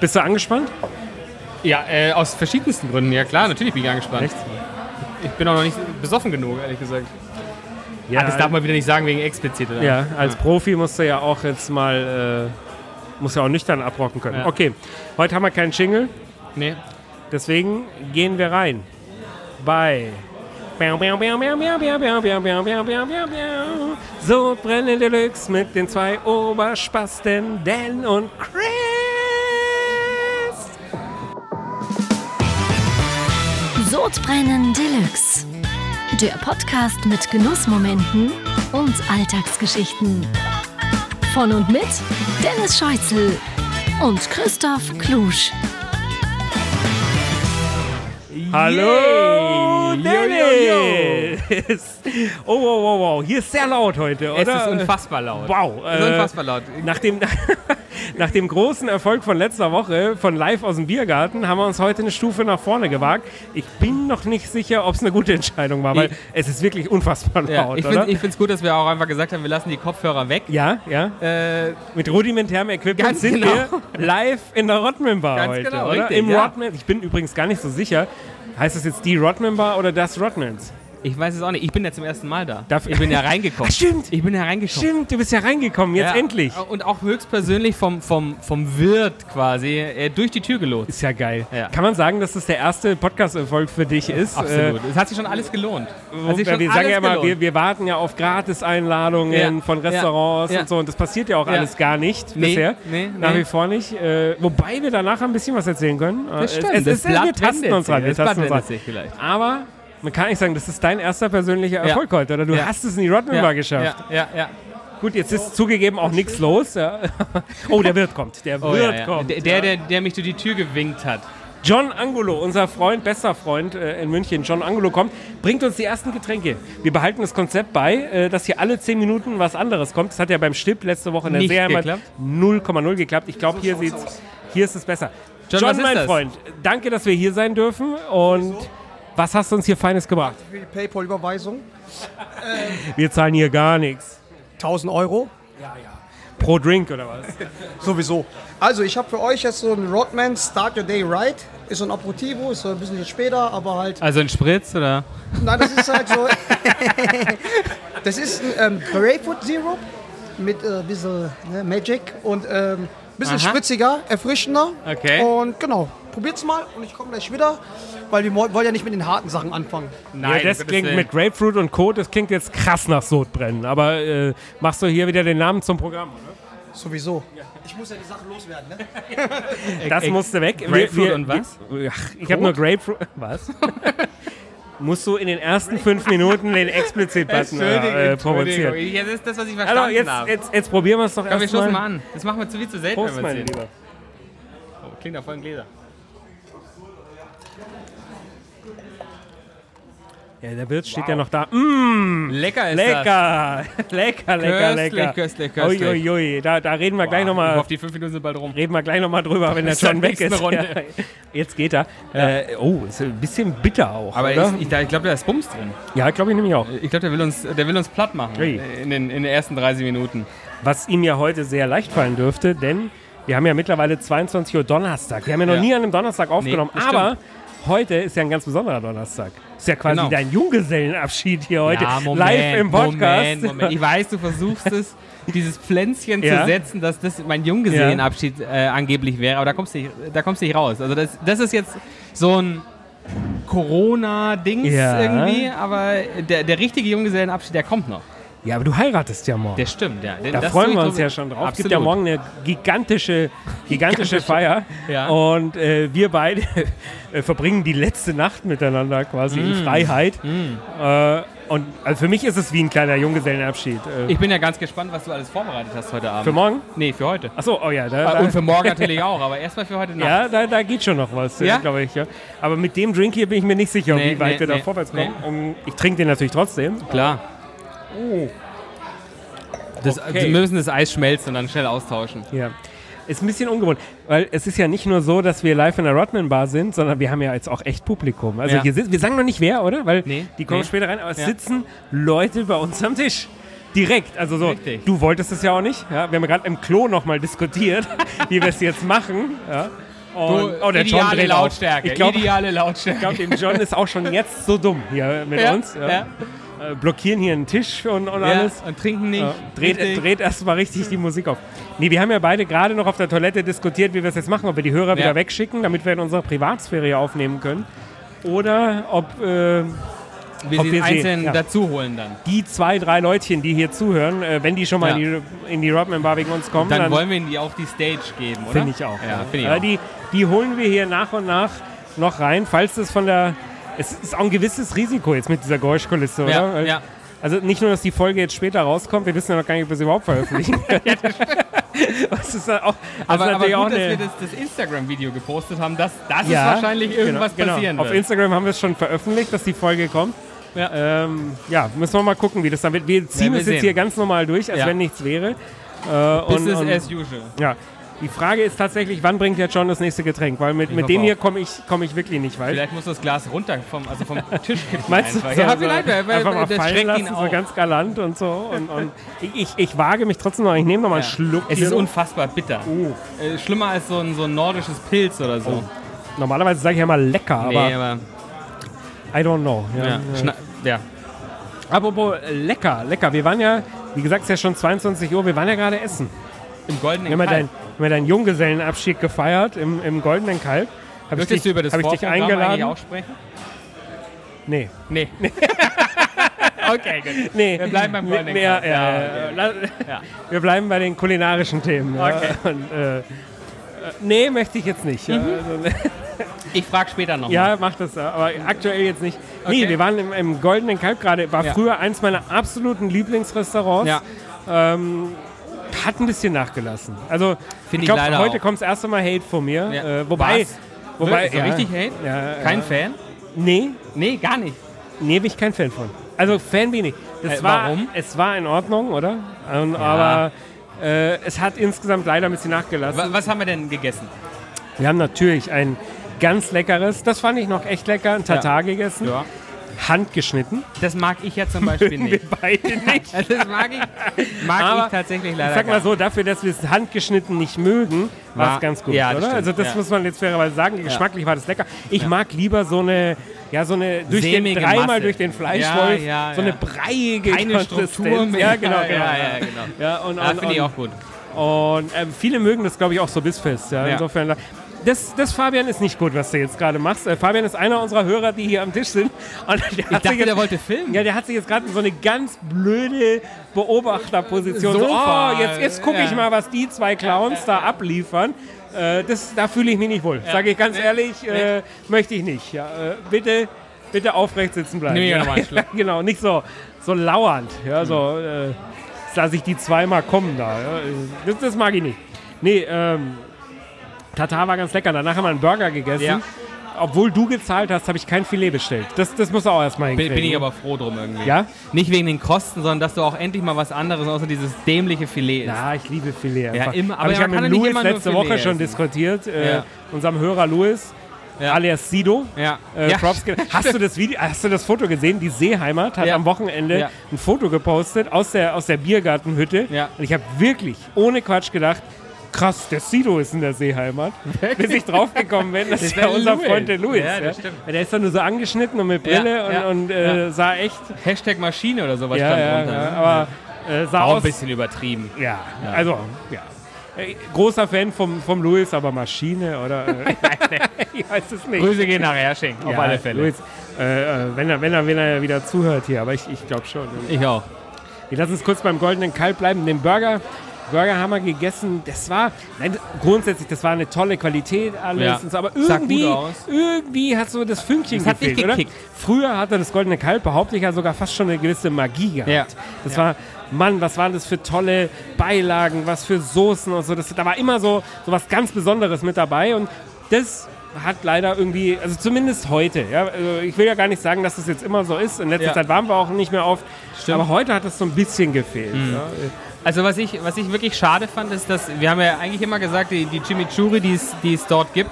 Bist du angespannt? Ja, äh, aus verschiedensten Gründen. Ja klar, natürlich bin ich angespannt. Echt? Ich bin auch noch nicht besoffen genug, ehrlich gesagt. Ja, äh, ah, das darf man wieder nicht sagen wegen explizit. Oder? ja als Profi musst du ja auch jetzt mal, äh, musst ja auch nüchtern abrocken können. Ja. Okay, heute haben wir keinen Jingle, Nee. deswegen gehen wir rein bei... So brenne Deluxe mit den zwei Oberspasten Dan und Chris. Sodbrennen Deluxe. Der Podcast mit Genussmomenten und Alltagsgeschichten. Von und mit Dennis Scheuzel und Christoph Klusch. Hallo, Yay! Dennis. Oh, wow, wow, wow. Hier ist sehr laut heute, oder? Es ist unfassbar laut. Wow. äh, Es ist äh, unfassbar laut. Nach dem, nach dem großen Erfolg von letzter Woche, von Live aus dem Biergarten, haben wir uns heute eine Stufe nach vorne gewagt. Ich bin noch nicht sicher, ob es eine gute Entscheidung war, weil Ich- es ist wirklich unfassbar laut, Ja, ich oder? finde es gut, dass wir auch einfach gesagt haben, wir lassen die Kopfhörer weg. ja, ja. Äh, Mit rudimentärem Equipment Ganz sind genau. wir live in der Rodman Bar Ganz heute, genau, oder? richtig, Im ja. Rodman. Ich bin übrigens gar nicht so sicher. Heißt das jetzt die Rodman Bar oder das Rodmans? ich weiß es auch nicht. Ich bin ja zum ersten Mal da. Darf- ich bin ja reingekommen. Ach, stimmt. Ich bin ja reingekommen. Stimmt, du bist ja reingekommen, jetzt Ja, Äh, endlich. Und auch höchstpersönlich vom, vom, vom Wirt quasi äh, durch die Tür gelotst. Ist ja geil. Ja. Kann man sagen, dass das der erste Podcast-Erfolg für dich ist? Äh, Absolut. es hat sich schon alles gelohnt. Hat sich Ja, Also schon Äh, wir sagen alles ja immer, gelohnt. wir, wir warten ja auf Gratis-Einladungen Ja, von ja, Restaurants ja. und so. Und das passiert ja auch Ja. alles gar nicht Nee, bisher. nee, Nach nee. wie vor nicht. Äh, wobei wir danach ein bisschen was erzählen können. Das Äh, stimmt. Es, es, das es, Blatt wir tasten wendet uns ran. sich. Wir Das tasten Blatt uns ran. wendet sich vielleicht. Aber man kann nicht sagen, das ist dein erster persönlicher Erfolg heute. Oder du Ja. hast es in die Rodman Bar geschafft. Ja, ja, ja. Gut, jetzt ist zugegeben auch nichts los. Ja. oh, der Wirt kommt. Der Oh, Wirt ja, ja. kommt. Der, der, der, der mich durch die Tür gewinkt hat. John Angulo, unser Freund, bester Freund äh, in München, John Angulo kommt, bringt uns die ersten Getränke. Wir behalten das Konzept bei, äh, dass hier alle 10 Minuten was anderes kommt. Das hat ja beim Stipp letzte Woche in der Nicht Serie mal geklappt. 0,0 geklappt. Ich glaube, hier, sieht's- hier ist es besser. John, John, was ist mein das? Freund, danke, dass wir hier sein dürfen. Und was hast du uns hier Feines gebracht? für die PayPal-Überweisung. Wir zahlen hier gar nichts. 1000 Euro. Pro Drink oder was? Sowieso. Also, ich habe für euch jetzt so einen Rodman Start Your Day Right. Ist so ein Aperitivo, ist so ein bisschen später, aber halt. Also ein Spritz oder? Nein, das ist halt so. das ist ein ähm, Grapefruit Syrup mit ein äh, bisschen ne, Magic und ein ähm, bisschen Aha. spritziger, erfrischender. Okay. Und genau, probiert's mal und ich komme gleich wieder, weil wir mo- wollen ja nicht mit den harten Sachen anfangen. Nein, um ja, das Gottes klingt Willen. mit Grapefruit und Co. Das klingt jetzt krass nach Sodbrennen. Aber äh, machst du hier wieder den Namen zum Programm? Oder? Sowieso. Ich muss ja die Sachen loswerden, ne? Das Ex- musste weg. Wir- Grapefruit wir- und was? Ach, ich habe nur Grapefruit. Was? Musst du in den ersten fünf Minuten den Explicit-Button äh, äh, provozieren. Ja, das ist das, was ich verstanden Also, jetzt, habe. jetzt, jetzt probieren wir es doch Komm, wir stoßen erstmal. mal an. Das machen wir zu viel zu selten, Prost, wenn wir mein sehen. Lieber. Oh, klingt auf vollen Gläser. Ja, der Wirt steht ja noch da. Mm, Hm. Lecker ist das. lecker. lecker, lecker, Köstlich, lecker. köstlich, köstlich. Ui, ui, ui. Da, da reden wir gleich Ah, Ich nochmal. hoffe, die fünf Minuten sind bald rum. Reden wir gleich nochmal drüber, wenn der Bis zur John weg nächsten ist. Runde. Ja. Jetzt geht er. Äh, oh, ist ein bisschen bitter auch. Aber oder? ich, ich, da- ich glaube, da ist Bums drin. ja, glaube ich nämlich auch. Ich glaube, der, will uns- der will uns platt machen Ui. äh, in den, in den ersten 30 Minuten. Was ihm ja heute sehr leicht fallen dürfte, denn wir haben ja mittlerweile 22 Uhr Donnerstag. Wir haben ja noch Ja. nie an einem Donnerstag aufgenommen, das aber heute ist ja ein ganz besonderer Donnerstag. Ist ja quasi Genau. dein Junggesellenabschied hier heute Ja, Moment, live im Podcast. Moment, Moment. Ich weiß, du versuchst es, dieses Pflänzchen Ja. zu setzen, dass das mein Junggesellenabschied äh, angeblich wäre, aber da kommst du nicht, da kommst du nicht raus. Also das, das ist jetzt so ein Corona-Dings Ja. irgendwie, aber der, der richtige Junggesellenabschied, der kommt noch. Ja, aber du heiratest ja morgen. Der stimmt, ja. Den- da das freuen tue wir ich uns so- ja schon drauf. Es gibt Absolut. ja morgen eine gigantische, gigantische Feier. Ja. Und äh, wir beide äh, verbringen die letzte Nacht miteinander quasi Mm. in Freiheit. Äh, und also für mich ist es wie ein kleiner Junggesellenabschied. Äh, Ich bin ja ganz gespannt, was du alles vorbereitet hast heute Abend. für morgen? Nee, für heute. Achso, oh ja. Da, Äh, da, Und für morgen natürlich auch, aber erstmal für heute Nacht. Ja, da, da geht schon noch was, Ja? glaube ich. Ja. Aber mit dem Drink hier bin ich mir nicht sicher, Nee, wie weit nee, wir da nee, vorwärts kommen. Und ich trinke den natürlich trotzdem. Klar. Das, Oh. Okay. Wir müssen das Eis schmelzen und dann schnell austauschen. Ja. Ist ein bisschen ungewohnt, weil es ist ja nicht nur so, dass wir live in der Rodman Bar sind, sondern wir haben ja jetzt auch echt Publikum. Also Ja. hier sitzt, wir sagen noch nicht wer, oder? Weil Nee, die kommen nee. später rein, aber es Ja. sitzen Leute bei uns am Tisch. Direkt, also so, Richtig. du wolltest es ja auch nicht. Ja? Wir haben gerade im Klo nochmal diskutiert, wie wir es jetzt machen. Ja? Und, Du, Oh, ideale oh, dreht auf. Lautstärke. Ich glaube, ideale Lautstärke. glaub, dem John ist auch schon jetzt so dumm hier mit Ja, uns. ja. Äh, blockieren hier einen Tisch und, und ja, alles. und trinken nicht. Ja, dreht Richtig. dreht erstmal richtig die Musik auf. Nee, wir haben ja beide gerade noch auf der Toilette diskutiert, wie wir es jetzt machen, ob wir die Hörer wieder wegschicken, damit wir in unserer Privatsphäre hier aufnehmen können. Oder ob äh, Wir ob sie wir sie- einzeln ja. dazu holen dann. die zwei, drei Leutchen, die hier zuhören, äh, wenn die schon mal Ja. in die, in die Rodman Bar wegen uns kommen, Dann, dann, wollen wir ihnen die auch die Stage geben, oder? Finde ich auch. Ne? Ja, finde ich Aber auch. Die, die holen wir hier nach und nach noch rein, falls das von der. Es ist auch ein gewisses Risiko jetzt mit dieser Geräuschkulisse, oder? ja, Weil- ja. Also nicht nur, dass die Folge jetzt später rauskommt, wir wissen ja noch gar nicht, ob wir sie überhaupt veröffentlichen. das ist ja auch, das Aber, ist aber natürlich gut, auch dass eine- wir das, das Instagram-Video gepostet haben. Das, das Ja, ist wahrscheinlich irgendwas genau, passieren genau. Auf wird. Instagram haben wir es schon veröffentlicht, dass die Folge kommt. Ja, ähm, ja müssen wir mal gucken, wie das dann wird. Wir ziehen Werden wir es jetzt sehen. hier ganz normal durch, als Ja. wenn nichts wäre. Äh, und, Business und, as usual. Ja. Die Frage ist tatsächlich, wann bringt der John das nächste Getränk? Weil mit, mit hoffe dem auch. hier komme ich, komm ich wirklich nicht weit. Vielleicht muss das Glas runter vom, also vom Tisch kippen. Meinst du, einfach. so- Ja, so vielleicht, weil, weil einfach mal das fallen schreckt lassen, ihn so auf. ganz galant und so. Und, und ich, ich, ich wage mich trotzdem noch, ich nehme noch mal einen Ja. Schluck. Es hier ist noch. unfassbar bitter. Oh. Äh, schlimmer als so ein, so ein nordisches Pilz oder so. Normalerweise sage ich ja mal lecker, aber äh, nee, aber I don't know. Ja. ja. Schna- ja. Apropos äh, lecker, lecker. Wir waren ja, wie gesagt, es ist ja schon 22 Uhr, wir waren ja gerade essen. Im goldenen Wir haben ja Kalb. deinen, wir haben ja deinen Junggesellenabschied gefeiert im, im Goldenen Kalb. Hab Möchtest du über das hab ich dich Vorprogramm eigentlich eingeladen? auch sprechen? Nee. Nee. okay, gut. nee. Wir bleiben beim Goldenen Nee, ja, Kalb. ja, Ja, ja, okay. la- Ja. Wir bleiben bei den kulinarischen Themen. ja. Okay. Und, äh, äh, nee, möchte ich jetzt nicht. Mhm. Ja, also, Ich frage später nochmal. ja mach das, aber aktuell jetzt nicht. Nee, Okay. wir waren im, im Goldenen Kalb gerade. War Ja. früher eins meiner absoluten Lieblingsrestaurants. ja. hat ein bisschen nachgelassen. Also Finde ich ich glaube, leider heute auch. kommt das erste Mal Hate von mir. Ja. Äh, wobei, Was? wobei Wirklich? So richtig Hate? Ja, Kein ja. Fan? Nee, Nee, gar nicht. nee, bin ich kein Fan von. Also Fan bin ich. Das Äh, war, warum? Es war in Ordnung, oder? Ähm, Aber äh, es hat insgesamt leider ein bisschen nachgelassen. Wa- Was haben wir denn gegessen? Wir haben natürlich ein ganz leckeres, das fand ich noch echt lecker, ein Tatar gegessen, handgeschnitten. Das mag ich ja zum Beispiel nicht. Wir beide nicht. Das mag ich, mag Aber ich tatsächlich Ich leider sag mal gar so, dafür, dass wir es handgeschnitten nicht mögen, war War- es ganz gut, ja, das oder? stimmt, also das ja. muss man jetzt fairerweise sagen. Geschmacklich war das lecker. Ich mag lieber so eine, ja, so eine durch den, Sämige dreimal Masse. durch den Fleischwolf, Ja, ja, so eine ja. breiige Keine Konsistenz. Struktur mehr. Ja, genau, Ja, genau. ja, ja, genau. Ja, und, Ah, und, finde ich auch gut. und, und ähm, viele mögen das, glaube ich, auch so bissfest. Ja, Ja. Insofern. Das, das Fabian ist nicht gut, was du jetzt gerade machst. Äh, Fabian ist einer unserer Hörer, die hier am Tisch sind. Und der Ich hat sich dachte, jetzt- der wollte filmen. ja, der hat sich jetzt gerade in so eine ganz blöde Beobachterposition. So, Sofa. oh, jetzt, jetzt gucke ich Ja. mal, was die zwei Clowns da abliefern. Äh, das, da fühle ich mich nicht wohl. Sage ich ganz Nee. ehrlich, äh, möchte ich nicht. Ja, äh, bitte, bitte aufrecht sitzen bleiben. Nee, ja. nochmal einen Schluck. Mhm. genau, nicht so, so lauernd. Ja, so, äh, jetzt lasse ich die zweimal kommen da. Ja, äh, das, das mag ich nicht. Nee, ähm, Tatar war ganz lecker. Danach haben wir einen Burger gegessen. Ja. Obwohl du gezahlt hast, habe ich kein Filet bestellt. Das, das muss auch erstmal Bin, hinkriegen. bin ich aber froh drum irgendwie. Ja? Nicht wegen den Kosten, sondern dass du auch endlich mal was anderes außer dieses dämliche Filet isst. Ja, ich liebe Filet. Einfach. immer, aber aber ich man habe kann mit ja nicht Louis immer nur letzte Filet Woche schon essen. diskutiert, äh, Ja. unserem Hörer Louis, Ja. alias Sido. Ja. Äh, ja. Props ge- hast du das Video, hast du das Foto gesehen? Die Seeheimat hat Ja. am Wochenende Ja. ein Foto gepostet aus der, aus der Biergartenhütte. Ja. Und ich habe wirklich ohne Quatsch gedacht, krass, der Sido ist in der Seeheimat. Bis ich draufgekommen bin, das ist ja der unser Louis. Freund der Louis. Ja, das stimmt. Der ist dann nur so angeschnitten und mit Brille Ja, und, ja, und äh, sah echt, Hashtag Maschine oder sowas ja, stand ja, drunter. ja, ne? aber äh, sah Auch ein aus, bisschen übertrieben. ja, also, ja. Äh, Großer Fan vom, vom Louis, aber Maschine oder. Äh, ich weiß es nicht. Grüße gehen nach Hersching, auf Ja, alle Fälle. Louis, äh, äh, wenn, er, wenn, er, wenn er wieder zuhört hier, aber ich, ich glaube schon. Ich auch. Wir lassen uns kurz beim goldenen Kalb bleiben. Den Burger, Burger haben wir gegessen. Das war, nein, grundsätzlich, das war eine tolle Qualität alles. Ja. Und so, aber Sah gut irgendwie, aus. irgendwie hat so das Fünkchen Das hat gefehlt, nicht oder? gekickt. Früher hatte das goldene Kalb, behaupte ich ja sogar fast schon eine gewisse Magie gehabt. Ja. Das war, Mann, was waren das für tolle Beilagen, was für Soßen und so. Das, da war immer so, so was ganz Besonderes mit dabei und das hat leider irgendwie, also zumindest heute, ja, also ich will ja gar nicht sagen, dass das jetzt immer so ist. In letzter Ja. Zeit waren wir auch nicht mehr oft. Stimmt. Aber heute hat es so ein bisschen gefehlt. Ja. Also was ich, was ich wirklich schade fand, ist, dass wir haben ja eigentlich immer gesagt, die, die Chimichurri, die es, die es dort gibt,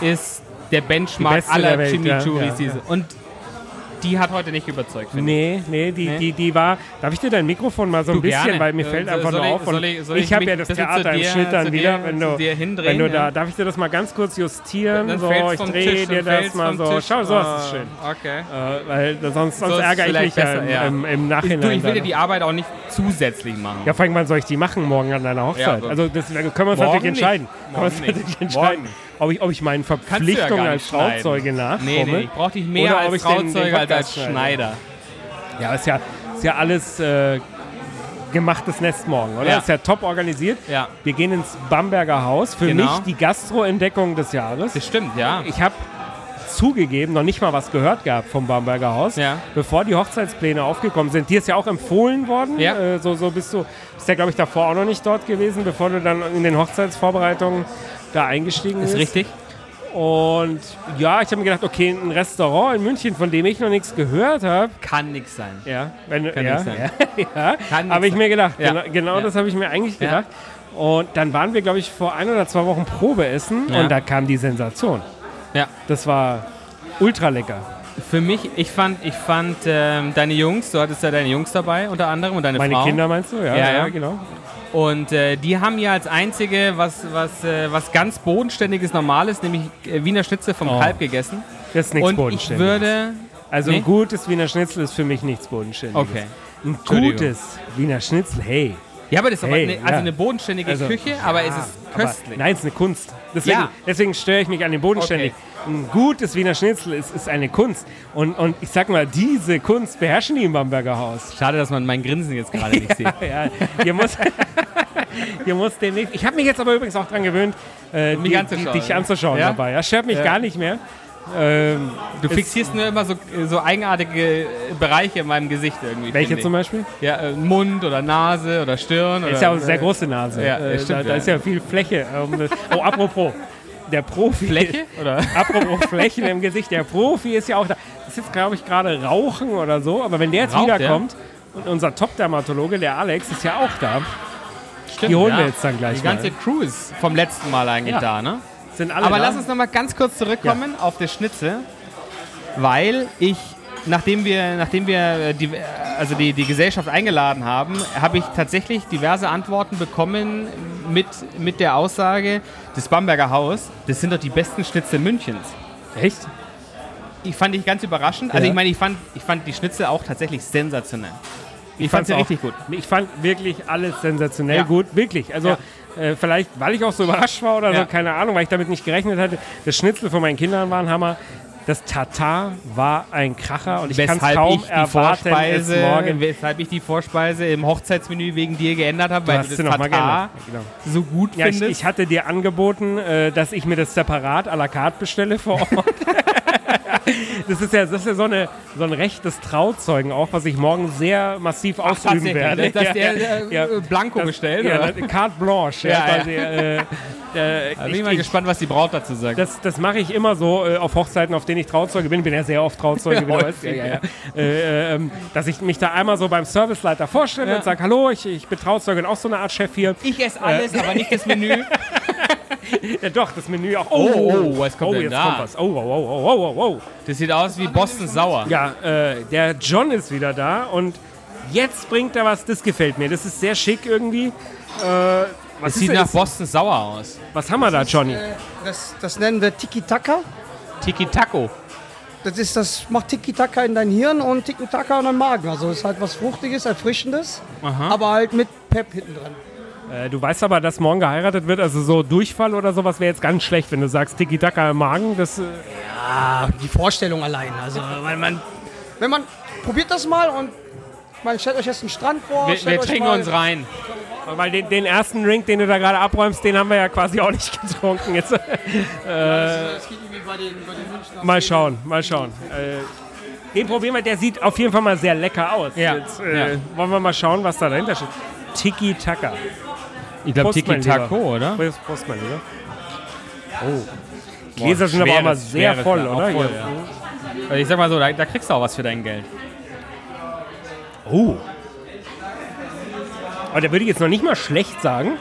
ist der Benchmark beste aller der Welt, ja, Chimichurris. ja, diese. Und die hat heute nicht überzeugt. finde Nee, nee, die, Nee? Die, die war. Darf ich dir dein Mikrofon mal so ein Du, bisschen, gerne. weil mir Äh, fällt soll einfach nur ich- auf. und soll ich- soll ich habe mich ja ein das bisschen zu Theater im dir- Schlittern zu wieder. dir- wenn zu du, dir hindrehen, wenn du da, ja. darf ich dir das mal ganz kurz ich. justieren? Dann so, fällt's ich vom drehe Tisch, dir dann das fällt's mal vom so. Tisch. Schau, so ist es schön. Ah, Okay. Äh, weil sonst, sonst So ist es ärgere ich mich vielleicht ja besser, im, ja. im, im Ich, Nachhinein. du, ich will dir dann. die Arbeit auch nicht zusätzlich machen. ja, vor allem, wann soll ich die machen morgen an deiner Hochzeit? aber- also das, da können wir uns Morgen natürlich nicht. entscheiden. Können wir uns Morgen nicht. natürlich entscheiden, ob ich, ob ich meinen Kannst du ja gar Verpflichtungen nicht als schneiden. Trauzeuge nachkomme. Nee, nee, ich brauche dich mehr Oder ob als ich den- den Trauzeuge als als Podcast Schneider. Ja, ist ja, ist ja alles äh, gemachtes Nest morgen, oder? Ja. Ist ja top organisiert. Ja. Wir gehen ins Bamberger Haus. Für Genau. mich die Gastro-Entdeckung des Jahres. Das stimmt, ja. Ich habe zugegeben noch nicht mal was gehört gehabt vom Bamberger Haus, Ja. bevor die Hochzeitspläne aufgekommen sind. Dir ist ja auch empfohlen worden. Ja. Äh, so, so bist du, bist ja, glaube ich, davor auch noch nicht dort gewesen, bevor du dann in den Hochzeitsvorbereitungen da eingestiegen Ist bist. richtig. Und ja, ich habe mir gedacht, okay, ein Restaurant in München, von dem ich noch nichts gehört habe, Kann nichts sein. ja, wenn, Kann ja, nicht sein. ja, ja. Kann nicht habe ich sein. mir gedacht. Ja. Genau, genau Ja. das habe ich mir eigentlich Ja. gedacht. Und dann waren wir, glaube ich, vor ein oder zwei Wochen Probeessen Ja. und da kam die Sensation. Ja. Das war ultra lecker. Für mich, ich fand, ich fand ähm, deine Jungs, du hattest ja deine Jungs dabei unter anderem und deine Meine Frau. Kinder meinst du? Ja, Ja, ja. genau. Und äh, die haben ja als einzige was, was, äh, was ganz bodenständiges, normales, nämlich äh, Wiener Schnitzel vom Oh. Kalb gegessen. Das ist nichts und ich Bodenständiges. würde, also Nee? ein gutes Wiener Schnitzel ist für mich nichts Bodenständiges. okay. Ein Entschuldigung. gutes Wiener Schnitzel, hey. Ja, aber das ist Hey, aber eine, ja. also eine bodenständige Also, Küche, aber es ja, ist aber- köstlich. nein, es ist eine Kunst. Deswegen, Ja. deswegen störe ich mich an den Bodenständig. Ein gutes Wiener Schnitzel ist, ist eine Kunst. Und, und ich sag mal, diese Kunst beherrschen die im Bamberger Haus. Schade, dass man mein Grinsen jetzt gerade nicht sieht. Ja, hier muss, hier muss demnächst. Ich habe mich jetzt aber übrigens auch dran gewöhnt, äh, Mich die, anzuschauen, dich ja. anzuschauen Ja? dabei. Das stört mich gar nicht mehr. Ähm, Du Ist- fixierst nur immer so, so eigenartige Bereiche in meinem Gesicht irgendwie. welche finde zum Beispiel? ich. Ja, äh, Mund oder Nase oder Stirn. Oder, Ist ja auch eine sehr große Nase. Ja, äh, stimmt, da, da ja. ist ja viel Fläche. ähm, das- Oh, apropos, der Profi. Fläche? Oder? Apropos Flächen im Gesicht, der Profi ist ja auch da. Das ist jetzt, glaube ich, gerade Rauchen oder so, aber wenn der jetzt Raucht der? wiederkommt und unser Top-Dermatologe, der Alex, ist ja auch da, Stimmt, die holen wir jetzt dann gleich Die ganze mal. Crew ist vom letzten Mal eigentlich Ja. da, ne? sind alle Aber da. lass uns nochmal ganz kurz zurückkommen auf das Schnitzel, weil ich, nachdem wir, nachdem wir äh, die, äh, also die, die Gesellschaft eingeladen haben, habe ich tatsächlich diverse Antworten bekommen mit, mit der Aussage, das Bamberger Haus, das sind doch die besten Schnitzel Münchens. Echt? Ich fand ich ganz überraschend. Also Ja. ich meine, ich fand, ich fand die Schnitzel auch tatsächlich sensationell. Ich, fand fand's sie auch- richtig gut. Ich fand wirklich alles sensationell Ja. gut, wirklich. Also Ja. äh, vielleicht, weil ich auch so überrascht war oder Ja. so, keine Ahnung, weil ich damit nicht gerechnet hatte. Das Schnitzel von meinen Kindern war ein Hammer. Das Tatar war ein Kracher und ich kann es Weshalb kaum ich, die erwarten, es Vorspeise, morgen. weshalb ich die Vorspeise im Hochzeitsmenü wegen dir geändert habe, weil hast du sie das noch mal Tatar geändert. Genau. so gut Ja, ich, findest. ich hatte dir angeboten, äh, dass ich mir das separat à la carte bestelle vor Ort. das ist ja, das ist ja so, eine, so ein Recht des Trauzeugen auch, was ich morgen sehr massiv ausüben Tatsächlich, werde. dass Ja, der ja. äh, Blanco bestellt. Ja, oder? das- carte blanche. Ja, Ja, ja. quasi, Äh, äh, Da bin ich, ich, mal ich, gespannt, was die Braut dazu sagt. das das mache ich immer so äh, auf Hochzeiten, auf denen ich Trauzeuge bin. Bin ja sehr oft Trauzeuge, wie du weißt. Häufig, ja, ja. Äh, äh, ähm, dass ich mich da einmal so beim Serviceleiter vorstelle Ja. und sage, hallo, ich, ich bin Trauzeuge und auch so eine Art Chef hier. ich esse alles, aber nicht das Menü. Ja, doch, das Menü auch. Oh, oh, was kommt oh, denn jetzt da? kommt was. Oh, oh, oh, oh, oh, oh, oh. Das sieht aus wie Boston Sauer. Ja, äh, der John ist wieder da und jetzt bringt er was, das gefällt mir. Das ist sehr schick irgendwie. Äh, was, Das ist sieht denn- nach Boston Sauer aus. was haben wir da, Johnny? Das, das nennen wir Tiki-Taka. Tiki Taco. Das, ist, das macht Tiki-Taka in dein Hirn und Tiki-Taka in deinen Magen. Also ist halt was Fruchtiges, Erfrischendes, aber halt mit Pep hinten dran. Äh, du weißt aber, dass morgen geheiratet wird, also so Durchfall oder sowas wäre jetzt ganz schlecht, wenn du sagst Tiki-Taka im Magen. Das, äh, Ah, Die Vorstellung allein. Also, weil man. Wenn man. Probiert das mal und. Man stellt euch jetzt einen Strand vor. Wir, stellt wir euch trinken mal- uns rein. weil den, den ersten Drink, den du da gerade abräumst, den haben wir ja quasi auch nicht getrunken. Jetzt, äh, Das geht irgendwie bei den- bei den Münchner- mal schauen, mal schauen. Äh, den probieren wir, der sieht auf jeden Fall mal sehr lecker aus. Ja, Jetzt äh, ja. wollen wir mal schauen, was da dahinter steht. Tiki-Taka. Ich glaube Prost, mein Tiki Taco, Lieber. oder? Prost, Prost, mein Lieber. Die Gläser sind aber auch mal Oh. schweres, sehr schweres, voll, ja, auch oder? voll, Hier. Also ich sag mal so, da, da kriegst du auch was für dein Geld. Oh. Aber da würde ich jetzt noch nicht mal schlecht sagen.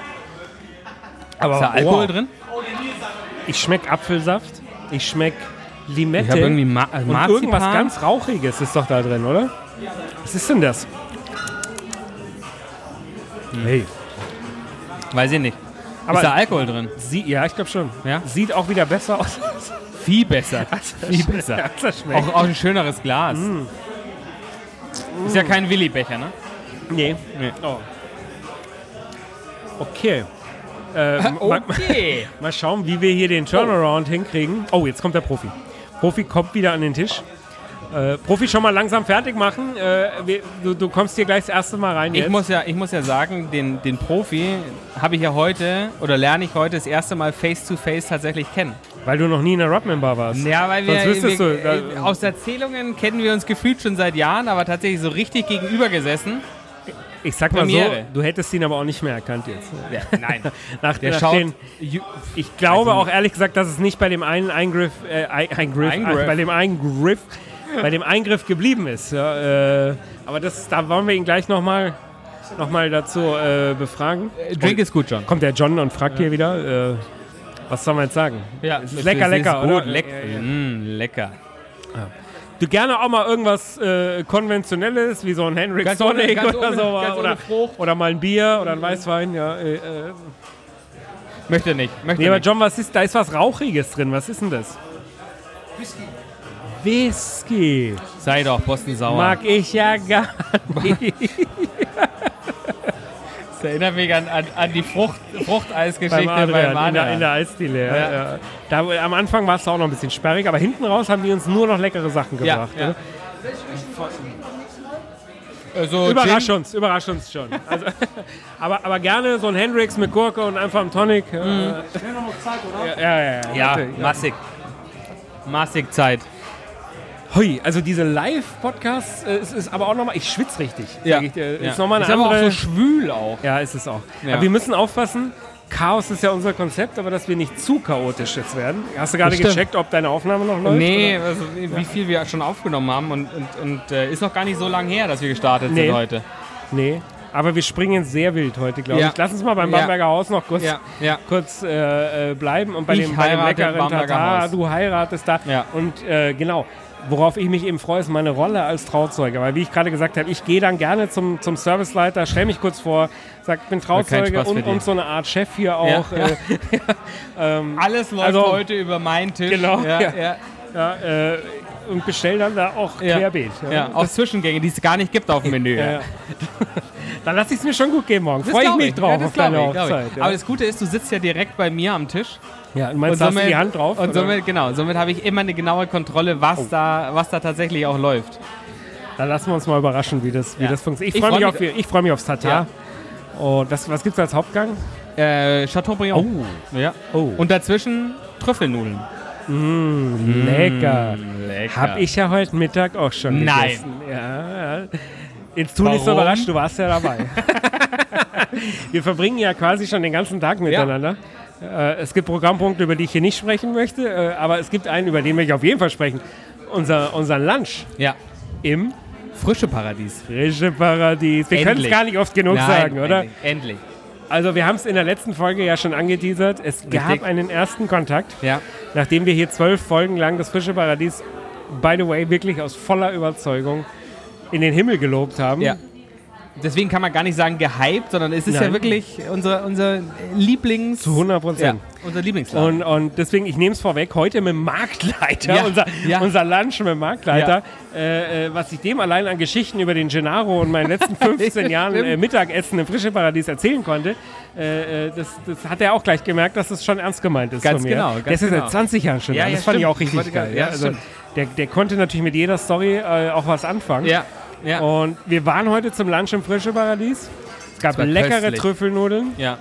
Aber Ist da wow. Alkohol drin? Ich schmeck Apfelsaft. Ich schmeck Limette Ich habe irgendwie Ma äh, und Marzipan. irgendwas ganz Rauchiges ist doch da drin, oder? Was ist denn das? Hey. Weiß ich nicht. Aber- ist da Alkohol drin? Sie, ja, ich glaube schon. Ja? Sieht auch wieder besser aus. Viel besser. Viel besser. Als das schmeckt. Auch, auch ein schöneres Glas. Ist ja kein Willi-Becher, ne? nee. Nee. Oh. Okay. Ähm, Oh. mal, Okay. mal schauen, wie wir hier den Turnaround hinkriegen. Oh, jetzt kommt der Profi. Profi kommt wieder an den Tisch. Äh, Profi, schon mal langsam fertig machen. Äh, wir, du, du kommst hier gleich das erste Mal rein. Ich jetzt. muss, ja, ich muss ja sagen, den, den Profi habe ich ja heute oder lerne ich heute das erste Mal face-to-face tatsächlich kennen. Weil du noch nie in der Rodman-Bar warst. Ja, weil wir, Sonst wüsstest wir du, äh, da- aus Erzählungen kennen wir uns gefühlt schon seit Jahren, aber tatsächlich so richtig gegenüber gesessen. Ich sag mal Premiere. so, du hättest ihn aber auch nicht mehr erkannt jetzt. Ja, nein. Nach, Der nach schaut. den- Ju- ich glaube Also- auch ehrlich gesagt, dass es nicht bei dem einen Eingriff, äh, Ei- Eingriff, Eingriff. bei dem Eingriff, bei dem Eingriff geblieben ist. Ja, äh, aber das, da wollen wir ihn gleich nochmal noch mal dazu äh, befragen. Drink ist gut, John. Kommt der John und fragt hier wieder, äh, was soll man jetzt sagen? Ja, es ist lecker, lecker, gut, oder? Leck, Ja, ja, ja. Mm, lecker. Du gerne auch mal irgendwas äh, Konventionelles, wie so ein Henrik Ganz ohne- Sonic ganz oder ohne- so. ganz ohne oder, Frucht. oder mal ein Bier oder ein Weißwein, ja. Äh, äh, Möchte nicht. Möchte Nee, aber nicht. John, was ist, da ist was Rauchiges drin. Was ist denn das? Whisky. Whisky. Sei doch, Boston Sauer. Mag ich ja gar nicht. Das erinnert mich an, an, an die Frucht, Fruchteisgeschichte beim beim Adrian, in, der, Adrian. in der Eisdiele. Ja. Ja. Ja. Da, am Anfang war es auch noch ein bisschen sperrig, aber hinten raus haben die uns nur noch leckere Sachen Ja, gebracht. ja. ne? Äh, so Überrasch Gin- uns, überrasch uns schon. Also, aber, aber gerne so ein Hendrix mit Gurke und einfach einen Tonic. äh, Ja, ja, ja. ja, Mhm. Ja, natürlich, ja. massig. Massig Zeit. Hui, also diese Live-Podcasts, äh, es ist aber auch nochmal, ich schwitze richtig. sag Ja. Ich, dir. Ja. Ist nochmal eine Ist aber andere... auch so schwül auch. Ja, ist es auch. Ja. Aber wir müssen aufpassen. Chaos ist ja unser Konzept, aber dass wir nicht zu chaotisch jetzt werden. Hast du gerade Das stimmt. gecheckt, ob deine Aufnahme noch läuft? Nee, oder? also, wie viel wir schon aufgenommen haben und, und, und äh, ist noch gar nicht so lange her, dass wir gestartet Nee. sind heute. Nee. Aber wir springen jetzt sehr wild heute, glaube Ja. ich. Lass uns mal beim Ja. Bamberger Haus noch kurz, Ja, ja. kurz äh, äh, bleiben und bei Ich dem, bei dem heirate im leckeren Bamberger Tatar, Haus. du heiratest da. Ja. Und äh, genau, worauf ich mich eben freue, ist meine Rolle als Trauzeuge. Weil wie ich gerade gesagt habe, ich gehe dann gerne zum, zum Serviceleiter, stelle mich kurz vor, sag, ich bin Trauzeuge Spaß für und, die. und so eine Art Chef hier auch. Ja. Äh, Alles läuft also- heute über meinen Tisch. Genau, Ja, ja. ja. Ja, ja, äh, und bestell dann da auch Ja. querbeet. Auch Zwischengänge, die es gar nicht gibt auf dem Menü. Ja, ja. Dann lass ich es mir schon gut gehen morgen. Das Freue ich glaub mich drauf Ja, das auf deine glaub ich, glaub ich. Hochzeit. Ja. Aber das Gute ist, du sitzt ja direkt bei mir am Tisch. ja, und meinst du, hast du die Hand drauf? Und oder? somit, genau, somit habe ich immer eine genaue Kontrolle, was, da, was da tatsächlich auch läuft. Dann lassen wir uns mal überraschen, wie das, wie Ja. das funktioniert. Ich Ich freue freu mich, mich auf, ich freu mich aufs Tatar. Und was, was gibt es als Hauptgang? Äh, Chateaubriand. Ja. Oh. Und dazwischen Trüffelnudeln. Lecker. Lecker. Hab ich ja heute Mittag auch schon Mm, Nein. gegessen. Ja, ja. Jetzt tu nicht so Warum? überrascht, du warst ja dabei. Wir verbringen ja quasi schon den ganzen Tag miteinander. Äh, es gibt Programmpunkte, über die ich hier nicht sprechen möchte, äh, aber es gibt einen, über den will ich auf jeden Fall sprechen. Unser, unser Lunch Ja. im Frische Paradies. Frische Paradies. Wir können es Endlich. gar nicht oft genug Nein, sagen, oder? Endlich. endlich. Also wir haben es in der letzten Folge ja schon angeteasert. Es gab Richtig. einen ersten Kontakt, Ja. nachdem wir hier zwölf Folgen lang das frische Paradies, by the way, wirklich aus voller Überzeugung in den Himmel gelobt haben. Ja. Deswegen kann man gar nicht sagen gehypt, sondern es ist Nein. ja wirklich unser, unser Lieblings... Zu 100 Prozent. Ja, unser Und, Lieblingsladen. und deswegen, ich nehme es vorweg, heute mit dem Marktleiter, Ja, unser, ja. unser Lunch mit dem Marktleiter, äh, äh, was ich dem allein an Geschichten über den Gennaro und meinen letzten 15 Jahren äh, Stimmt. Mittagessen im Frische Paradies erzählen konnte, äh, äh, das, das hat er auch gleich gemerkt, dass das schon ernst gemeint ist Ganz von mir. genau, ganz das ist genau. seit 20 Jahren schon. Ja, da. ja, das fand ich stimmt. auch richtig Wollte ich geil. gerade- Ja, ja, also, stimmt. der, der konnte natürlich mit jeder Story äh, auch was anfangen. ja. Ja. Und wir waren heute zum Lunch im Frische Paradies. Es gab war leckere köstlich. Trüffelnudeln. ja.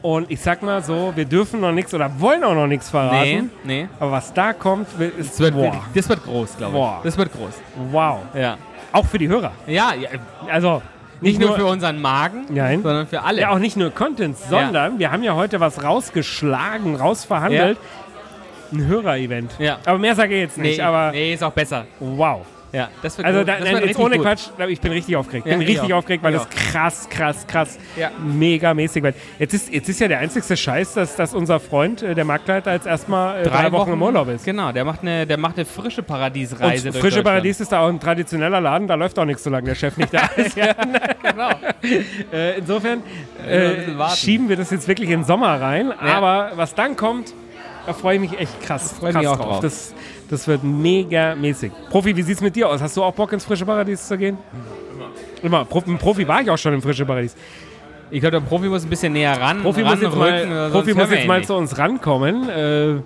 Und ich sag mal so, wir dürfen noch nichts oder wollen auch noch nichts Nee, verraten. nee. Aber was da kommt, will- ist Das wird, boah, das wird groß, glaube ich. Boah. Das wird groß. wow. Ja. Auch für die Hörer. Ja, ja Also nicht nur für unseren Magen, Nein. sondern für alle. ja, auch nicht nur Contents, sondern wir haben ja heute was rausgeschlagen, rausverhandelt. Ein Hörer-Event. Ja. Aber mehr sage ich jetzt nicht. nee, aber nee, ist auch besser. wow. Ja, das wird Also gut. da, das nein, wird jetzt richtig ohne gut. Quatsch, ich bin richtig aufgeregt. Ja, bin ich richtig auch. aufgeregt, weil Ich das krass, krass, krass, Ja. megamäßig wird. Jetzt ist, jetzt ist ja der einzigste Scheiß, dass, dass unser Freund, äh, der Marktleiter, jetzt erstmal äh, drei, Wochen im Urlaub ist. Genau, der macht eine, der macht eine frische Paradiesreise. Und durch frische Deutschland. Paradies ist da auch ein traditioneller Laden, da läuft auch nichts, solange der Chef nicht da ist. ja. Genau. äh, insofern wir ein äh, bisschen warten. schieben wir das jetzt wirklich in den Sommer rein. Ja. Aber was dann kommt, da freue ich mich echt krass, freu ich krass mich auch drauf. Das, das wird mega mäßig. Profi, wie sieht's mit dir aus? Hast du auch Bock ins frische Paradies zu gehen? Immer. Immer. Pro, ein Profi war ich auch schon im frische Paradies. Ich glaube, der Profi muss ein bisschen näher ran. Profi muss jetzt ranrücken, mal, sonst Profi hören muss wir jetzt ihn mal nicht. zu uns rankommen. Äh,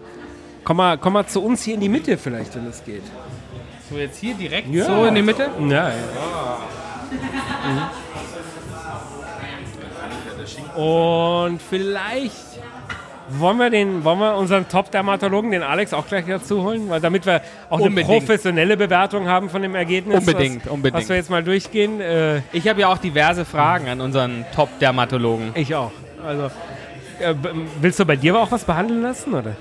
komm, mal, komm mal zu uns hier in die Mitte vielleicht, wenn es geht. So jetzt hier direkt Ja. so in die Mitte. Ja, ja. Mhm. Und vielleicht wollen wir, den, wollen wir unseren Top-Dermatologen, den Alex, auch gleich dazu holen, weil damit wir auch Unbedingt. eine professionelle Bewertung haben von dem Ergebnis, Unbedingt, was, unbedingt. was wir jetzt mal durchgehen. Äh, Ich habe ja auch diverse Fragen an unseren Top-Dermatologen. ich auch. Also, äh, b- willst du bei dir auch was behandeln lassen, oder?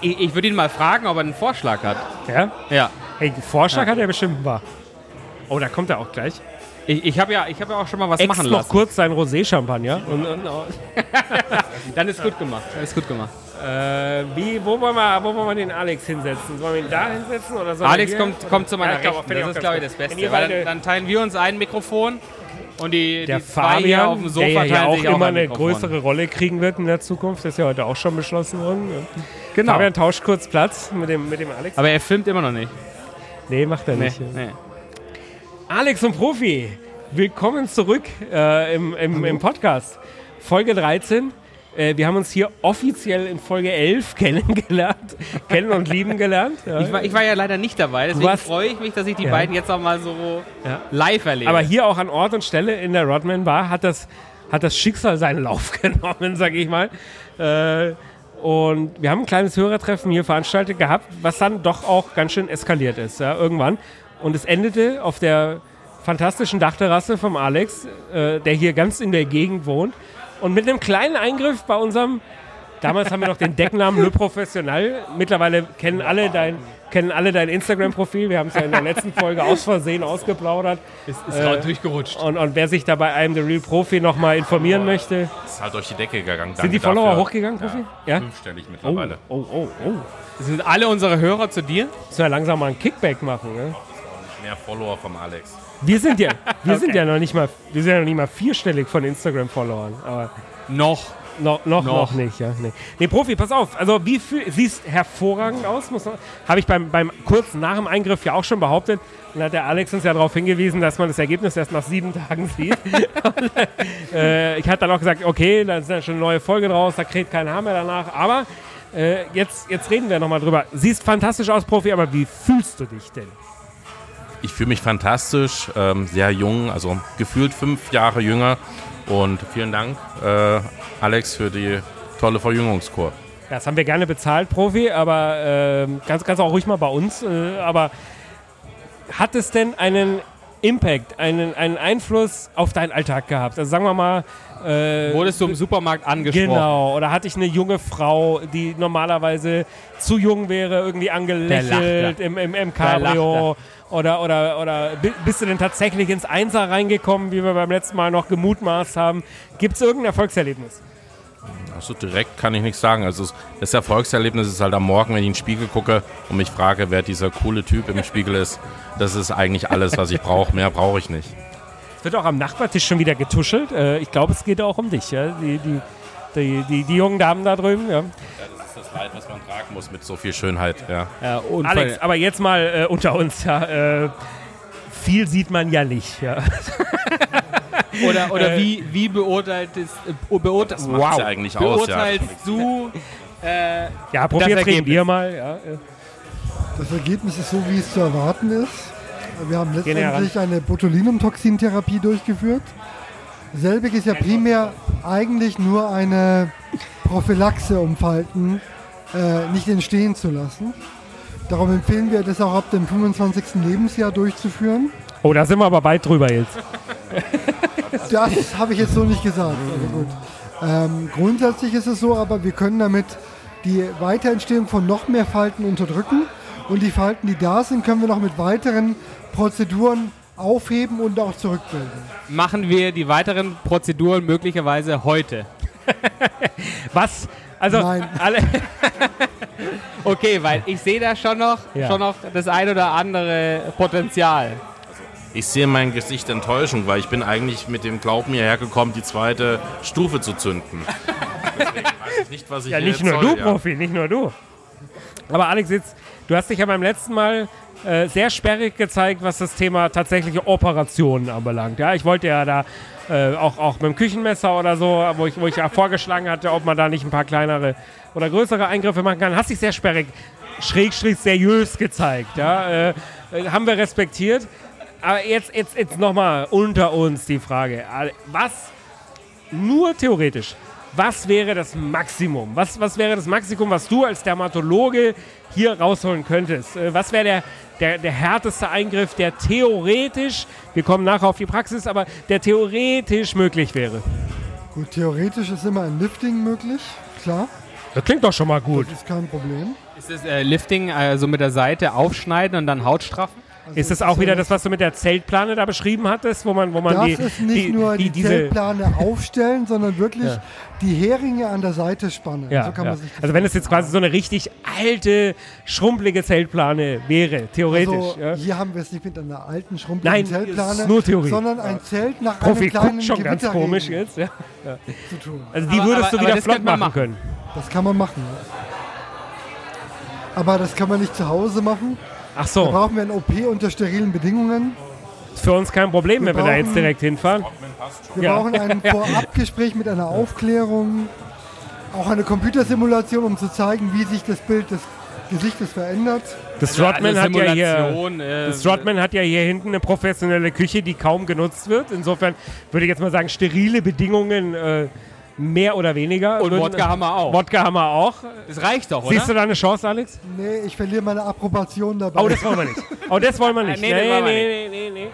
Ich, ich würde ihn mal fragen, ob er einen Vorschlag hat. Ja? Ja. Hey, Vorschlag hat er bestimmt ein paar. Oh, da kommt er auch gleich. Ich, ich habe ja, ich hab ja auch schon mal was Ex machen noch lassen. kurz sein Rosé-Champagner. Und, und, und, Dann ist gut gemacht. Dann ist gut gemacht. Äh, wie, wo, wollen wir, wo wollen wir den Alex hinsetzen? Sollen wir ihn da hinsetzen? Oder sollen Alex wir hier? kommt, kommt zu meiner Ja, ich glaub, Rechten. finde ich Das auch ist, glaube ich, ganz das gut. Wenn ihr Beste. Weil beide- dann, dann teilen wir uns ein Mikrofon und die, der die zwei hier Fabian, auf dem Sofa der ja hier teilen auch sich immer ein eine Mikrofon. größere Rolle kriegen wird in der Zukunft, das ist ja heute auch schon beschlossen worden. Genau. Fabian tauscht kurz Platz mit dem, mit dem Alex. Aber er filmt immer noch nicht. nee, macht er Nee, nicht. nee. Alex und Profi, willkommen zurück äh, im, im, im Podcast. Folge 13. Äh, wir haben uns hier offiziell in Folge 11 kennengelernt, kennen und lieben gelernt. Ja. Ich, war, ich war ja leider nicht dabei, deswegen hast- freue ich mich, dass ich die Ja. beiden jetzt auch mal so Ja. live erlebe. Aber hier auch an Ort und Stelle in der Rodman Bar hat das, hat das Schicksal seinen Lauf genommen, sage ich mal. Äh, und wir haben ein kleines Hörertreffen hier veranstaltet gehabt, was dann doch auch ganz schön eskaliert ist, ja, irgendwann. Und es endete auf der fantastischen Dachterrasse vom Alex, äh, der hier ganz in der Gegend wohnt. Und mit einem kleinen Eingriff bei unserem, damals haben wir noch den Decknamen Le Professional. Mittlerweile kennen alle dein, kennen alle dein Instagram-Profil. Wir haben es ja in der letzten Folge aus Versehen ausgeplaudert. ist äh, durchgerutscht. Und, und wer sich da bei einem The Real Profi nochmal informieren möchte, ist halt durch die Decke gegangen. sind die Danke Follower dafür. hochgegangen, Profi? Ja, Ja. fünfstellig Oh, mittlerweile. oh, oh, oh. Sind alle unsere Hörer zu dir? Müssen wir langsam mal ein Kickback machen. Ne? Mehr Follower vom Alex. Wir sind ja, wir sind ja noch nicht mal, wir sind ja noch nicht mal vierstellig von Instagram-Followern. Aber Noch. noch, noch, Noch. noch nicht. Ja? Nee. nee, Profi, pass auf. Also wie fühl, siehst hervorragend aus. muss man- Habe ich beim, beim kurz nach dem Eingriff ja auch schon behauptet. Und da hat der Alex uns ja darauf hingewiesen, dass man das Ergebnis erst nach sieben Tagen sieht. äh, ich hatte dann auch gesagt, okay, da ist dann schon eine neue Folge draus, da kräht kein Haar mehr danach. Aber äh, jetzt, jetzt reden wir nochmal drüber. Siehst fantastisch aus, Profi, aber wie fühlst du dich denn? Ich fühle mich fantastisch, ähm, sehr jung, also gefühlt fünf Jahre jünger. Und vielen Dank, äh, Alex, für die tolle Verjüngungskur. Ja, Das haben wir gerne bezahlt, Profi, aber ähm, ganz, ganz auch ruhig mal bei uns. Äh, aber hat es denn einen Impact, einen, einen Einfluss auf deinen Alltag gehabt? Also sagen wir mal, äh, Wurdest du im Supermarkt angesprochen? genau, oder hatte ich eine junge Frau, die normalerweise zu jung wäre, irgendwie Der lacht angelächelt da. im, im, im Cabrio? Oder, oder, oder bi- bist du denn tatsächlich ins Einser reingekommen, wie wir beim letzten Mal noch gemutmaßt haben? Gibt es irgendein Erfolgserlebnis? Also direkt kann ich nichts sagen. Also es- das Erfolgserlebnis ist halt am Morgen, wenn ich in den Spiegel gucke und mich frage, wer dieser coole Typ im Spiegel ist. Das ist eigentlich alles, was ich brauche. Mehr brauche ich nicht. wird auch am Nachbartisch schon wieder getuschelt. Äh, ich glaube, es geht auch um dich. Ja? Die, die, die, die, die jungen Damen da drüben. Ja. Das ist das Leid, was man tragen muss mit so viel Schönheit. Ja. Ja, und Alex, voll- aber jetzt mal äh, unter uns. Ja, äh, viel sieht man ja nicht. Ja. Oder, oder wie, wie beurteilt es, äh, beurte Das macht's ja eigentlich aus, ja. beurteilst du Ja, probier Das trinken Ergebnis. wir mal. Ja. äh, Das Ergebnis ist so, wie es zu erwarten ist. Wir haben Geh näher letztendlich eine Botulinumtoxintherapie durchgeführt. Selbig ist ja primär eigentlich nur eine Prophylaxe, um Falten äh, nicht entstehen zu lassen. Darum empfehlen wir das auch ab dem 25. Lebensjahr durchzuführen. Oh, da sind wir aber weit drüber jetzt. Das habe ich jetzt so nicht gesagt. Also gut. Ähm, grundsätzlich ist es so, aber wir können damit die Weiterentstehung von noch mehr Falten unterdrücken Und die Falten, die da sind, können wir noch mit weiteren Prozeduren aufheben und auch zurückbilden. Machen wir die weiteren Prozeduren möglicherweise heute. Was? Also, Nein. alle. Okay, weil ich sehe da schon noch, Ja. schon noch das ein oder andere Potenzial. Ich sehe mein Gesicht Enttäuschung, weil ich bin eigentlich mit dem Glauben hierher gekommen, die zweite Stufe zu zünden. Deswegen weiß ich nicht, was ich Ja, hier nicht jetzt nur soll, du, ja. Profi, nicht nur du. Aber Alex, jetzt, du hast dich ja beim letzten Mal äh, sehr sperrig gezeigt, was das Thema tatsächliche Operationen anbelangt. Ja, ich wollte ja da äh, auch, auch mit dem Küchenmesser oder so, wo ich, wo ich ja vorgeschlagen hatte, ob man da nicht ein paar kleinere oder größere Eingriffe machen kann, hast dich sehr sperrig, schrägstrich seriös gezeigt. Ja, äh, äh, haben wir respektiert. Aber jetzt, jetzt, jetzt nochmal unter uns die Frage. Ale- Was nur theoretisch. Was wäre das Maximum? Was, was wäre das Maximum, was du als Dermatologe hier rausholen könntest? Äh, Was wäre der, der, der härteste Eingriff, der theoretisch, wir kommen nachher auf die Praxis, aber der theoretisch möglich wäre? Gut, theoretisch ist immer ein Lifting möglich, klar, Das klingt doch schon mal gut. das ist kein Problem. Ist das äh, Lifting äh, so mit der Seite aufschneiden und dann Haut straffen? Ist das auch wieder das, was du mit der Zeltplane da beschrieben hattest, wo man, wo man Das die, ist nicht die, nur die, die, diese, Zellplane aufstellen, sondern wirklich Ja. die Heringe an der Seite spannen. ja, so kann ja. man sich das Also wenn es jetzt quasi so eine richtig alte, schrumpelige Zeltplane wäre, theoretisch. Also, ja. Hier haben wir es nicht mit einer alten Nein, schrumpeligen Zeltplane, ist nur Theorie. sondern ein Zelt nach Profi einem kleinen guckt schon ganz Gewitterregen komisch jetzt. Ja. zu tun. Also die Aber- würdest aber- du aber wieder das flott könnte man machen können. Das kann man machen. ja. Aber das kann man nicht zu Hause machen. Ach Da so, brauchen wir ein OP unter sterilen Bedingungen. ist für uns kein Problem, Wir wenn wir da brauchen- jetzt direkt hinfahren. Wir Ja. brauchen ein Vorabgespräch mit einer Aufklärung. Auch eine Computersimulation, um zu zeigen, wie sich das Bild des Gesichtes verändert. Das Rodman Also hat ja hier. Simulation, äh, Das Rodman hat ja hier hinten eine professionelle Küche, die kaum genutzt wird. Insofern würde ich jetzt mal sagen, sterile Bedingungen äh, mehr oder weniger. Und Würden- Wodka haben wir auch. Wodka haben wir auch. Das reicht doch, Siehst du oder? da eine Chance, Alex? Nee, ich verliere meine Approbation dabei. Oh, das wollen wir nicht. Oh, das wollen wir nicht. Äh, Nee, das wollen wir nee, nee, nee,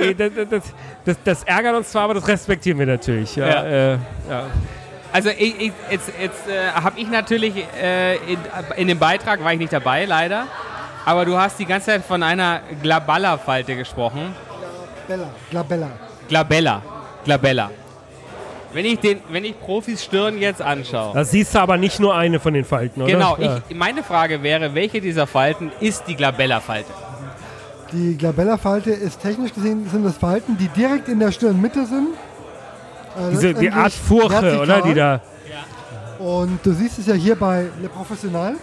nee. Nee, Das, das- das, das, das ärgert uns zwar, aber das respektieren wir natürlich. Ja, Ja. Äh, ja. Also ich, ich, jetzt, jetzt äh, habe ich natürlich äh, in, in dem Beitrag war ich nicht dabei, leider. Aber du hast die ganze Zeit von einer Glaballa-Falte gesprochen. Bella, Glabella. Glabella. Glabella. Wenn ich, den, wenn ich Profis Stirn jetzt anschaue. Da siehst du aber nicht nur eine von den Falten, oder? Genau, Ja. ich, meine Frage wäre, welche dieser Falten ist die Glabella-Falte? Die Glabella-Falte ist technisch gesehen sind das Falten, die direkt in der Stirnmitte sind. Äh, Diese, die letztendlich Art Furche, vertikal. oder? Die da. Und du siehst es ja hier bei Le Professional,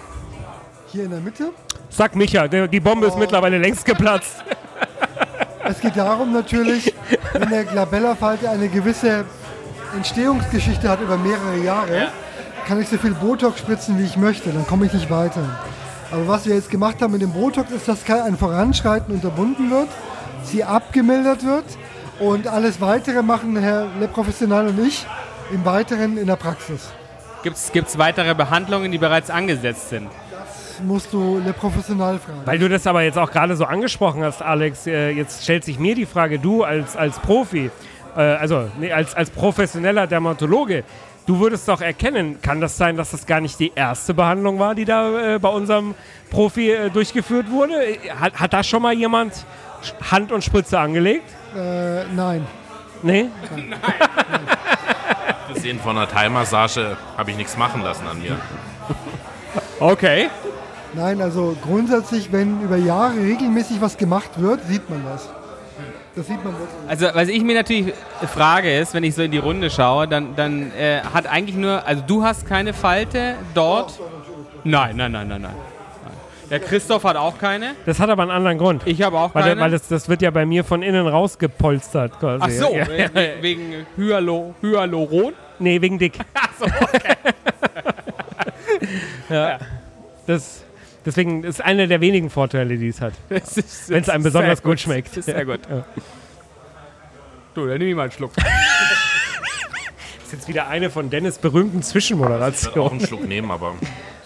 hier in der Mitte. Sag Micha, der- die Bombe ist mittlerweile längst geplatzt. Es geht darum natürlich, wenn der Glabella-Falte eine gewisse Entstehungsgeschichte hat über mehrere Jahre, kann ich so viel Botox spritzen, wie ich möchte, dann komme ich nicht weiter. Aber was wir jetzt gemacht haben mit dem Botox, ist, dass kein- ein Voranschreiten unterbunden wird, sie abgemildert wird und alles Weitere machen Herr Le Professional und ich im Weiteren in der Praxis. Gibt es weitere Behandlungen, die bereits angesetzt sind? Das musst du Le Professional fragen. Weil du das aber jetzt auch gerade so angesprochen hast, Alex, äh, jetzt stellt sich mir die Frage, du als, als Profi, äh, also nee, als, als professioneller Dermatologe, du würdest doch erkennen, kann das sein, dass das gar nicht die erste Behandlung war, die da äh, bei unserem Profi äh, durchgeführt wurde? Äh, Hat, hat da schon mal jemand Sch- Hand und Spritze angelegt? Äh, nein. Nee? Abgesehen von einer Thai-Massage habe ich nichts machen lassen an mir. Okay. Nein, also grundsätzlich, wenn über Jahre regelmäßig was gemacht wird, sieht man das. Das sieht man wirklich. Also, was ich mir natürlich frage, ist, wenn ich so in die Runde schaue, dann, dann äh, hat eigentlich nur, also du hast keine Falte dort. Nein, nein, nein, nein, nein. Der Christoph hat auch keine. Das hat aber einen anderen Grund. Ich habe auch Weil, keine. weil das, das wird ja bei mir von innen rausgepolstert quasi. Ach so, Ja. we- wegen Hyalo, Hyaluron. Nee, wegen dick. ja. Das, deswegen ist einer der wenigen Vorteile, die es hat. Das ist- Wenn es einem das ist besonders sehr gut schmeckt. Das ist sehr gut. Ja. Du, dann nehme ich mal einen Schluck. Das ist jetzt wieder eine von Dennis berühmten Ich werde Also auch Zwischenmoderationen. einen Schluck nehmen, aber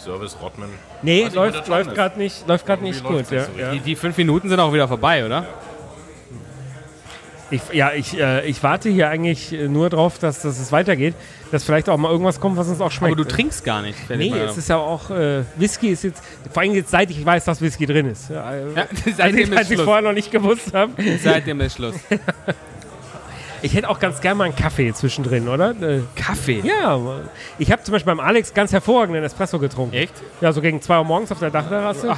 Service Rottmann. Nee, Was ich läuft, wieder dran läuft ist. gerade nicht, läuft grad nicht Irgendwie gut. läuft's Ja, nicht so ja. Die, die fünf Minuten sind auch wieder vorbei, oder? Ich, ja, ich, äh, ich warte hier eigentlich äh, nur drauf, dass, dass es weitergeht, dass vielleicht auch mal irgendwas kommt, was uns auch Aber schmeckt. du trinkst gar nicht. fällt Nee, mir es auf. ist ja auch, äh, Whisky ist jetzt, vor allem jetzt seit ich weiß, dass Whisky drin ist. Ja, äh, Ja, als ich, seitdem ist als ich Schluss. vorher noch nicht gewusst habe. Seitdem ist Schluss. Ich hätte auch ganz gerne mal einen Kaffee zwischendrin, oder? Äh, Kaffee. ja, Mann. ich habe zum Beispiel beim Alex ganz hervorragenden Espresso getrunken. Echt? Ja, so gegen 2 Uhr morgens auf der Dachterrasse.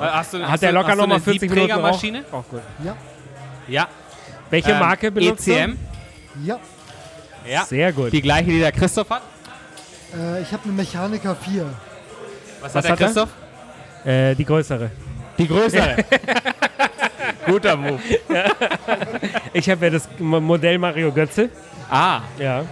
Hast du, Hat er locker nochmal 40 Minuten geraucht. Maschine? Auch gut. Ja. Welche Ähm, Marke benutzt du? ECM. Ja, Ja. Sehr gut. Die gleiche, die der Christoph hat. äh, ich habe eine Mechaniker 4. Was, hat er? Äh, die größere. Die größere. Guter Move. Ich habe ja das Mo- Modell Mario Götze. Ah, Ja.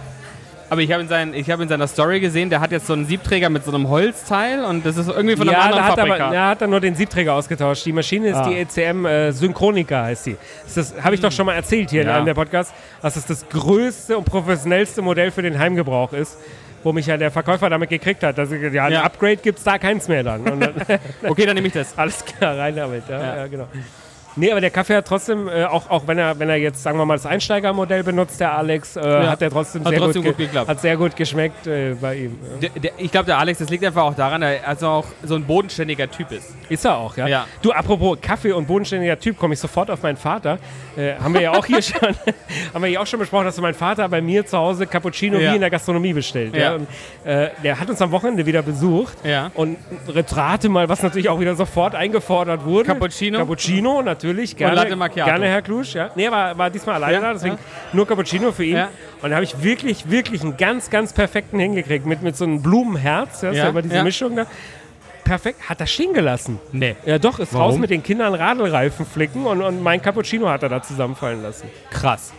aber ich habe in, seinen- ich hab in seiner Story gesehen, der hat jetzt so einen Siebträger mit so einem Holzteil und das ist irgendwie von einem ja, anderen da hat, aber, Fabrikat. ja, hat er nur den Siebträger ausgetauscht. Die Maschine ist Ah. die ECM äh, Synchronica, heißt die. Ist Das habe ich doch schon mal erzählt hier Ja. in einem der Podcasts, dass es das größte und professionellste Modell für den Heimgebrauch ist, wo mich ja der Verkäufer damit gekriegt hat. Dass ich, ja, ein Ja. Upgrade gibt es da keins mehr dann. Und dann Okay, dann nehme ich das. Alles klar, rein damit. Ja, ja. Ja. genau. Nee, aber der Kaffee hat trotzdem, äh, auch, auch wenn, er, wenn er jetzt, sagen wir mal, das Einsteigermodell benutzt, der Alex, äh, hat er trotzdem, Hat sehr, trotzdem gut gut geklappt. Hat sehr gut geschmeckt äh, bei ihm. Der, der, ich glaube, der Alex, das liegt einfach auch daran, dass er also auch so ein bodenständiger Typ ist. Ist er auch, ja? Ja. Du, apropos Kaffee und bodenständiger Typ, komme ich sofort auf meinen Vater. Äh, haben wir ja auch hier schon, haben wir ja auch schon besprochen, dass mein Vater bei mir zu Hause Cappuccino Ja. wie in der Gastronomie bestellt. Ja. Ja. Und, äh, der hat uns am Wochenende wieder besucht. Ja. Und retrate mal, was natürlich auch wieder sofort eingefordert wurde. Cappuccino. Cappuccino, natürlich. Gerne, Latte Macchiato. Gerne, Herr Klusch. Ja. Nee, war, war diesmal alleine Ja, da, deswegen ja. nur Cappuccino für ihn. Ja. Und da habe ich wirklich, wirklich einen ganz, ganz perfekten hingekriegt. Mit, mit so einem Blumenherz. Ja, ist ja Ja, immer diese ja. Mischung da. Perfekt, hat er stehen gelassen. Nee. Ja, doch, ist Warum? raus mit den Kindern Radlreifen flicken und, und mein Cappuccino hat er da zusammenfallen lassen. Krass.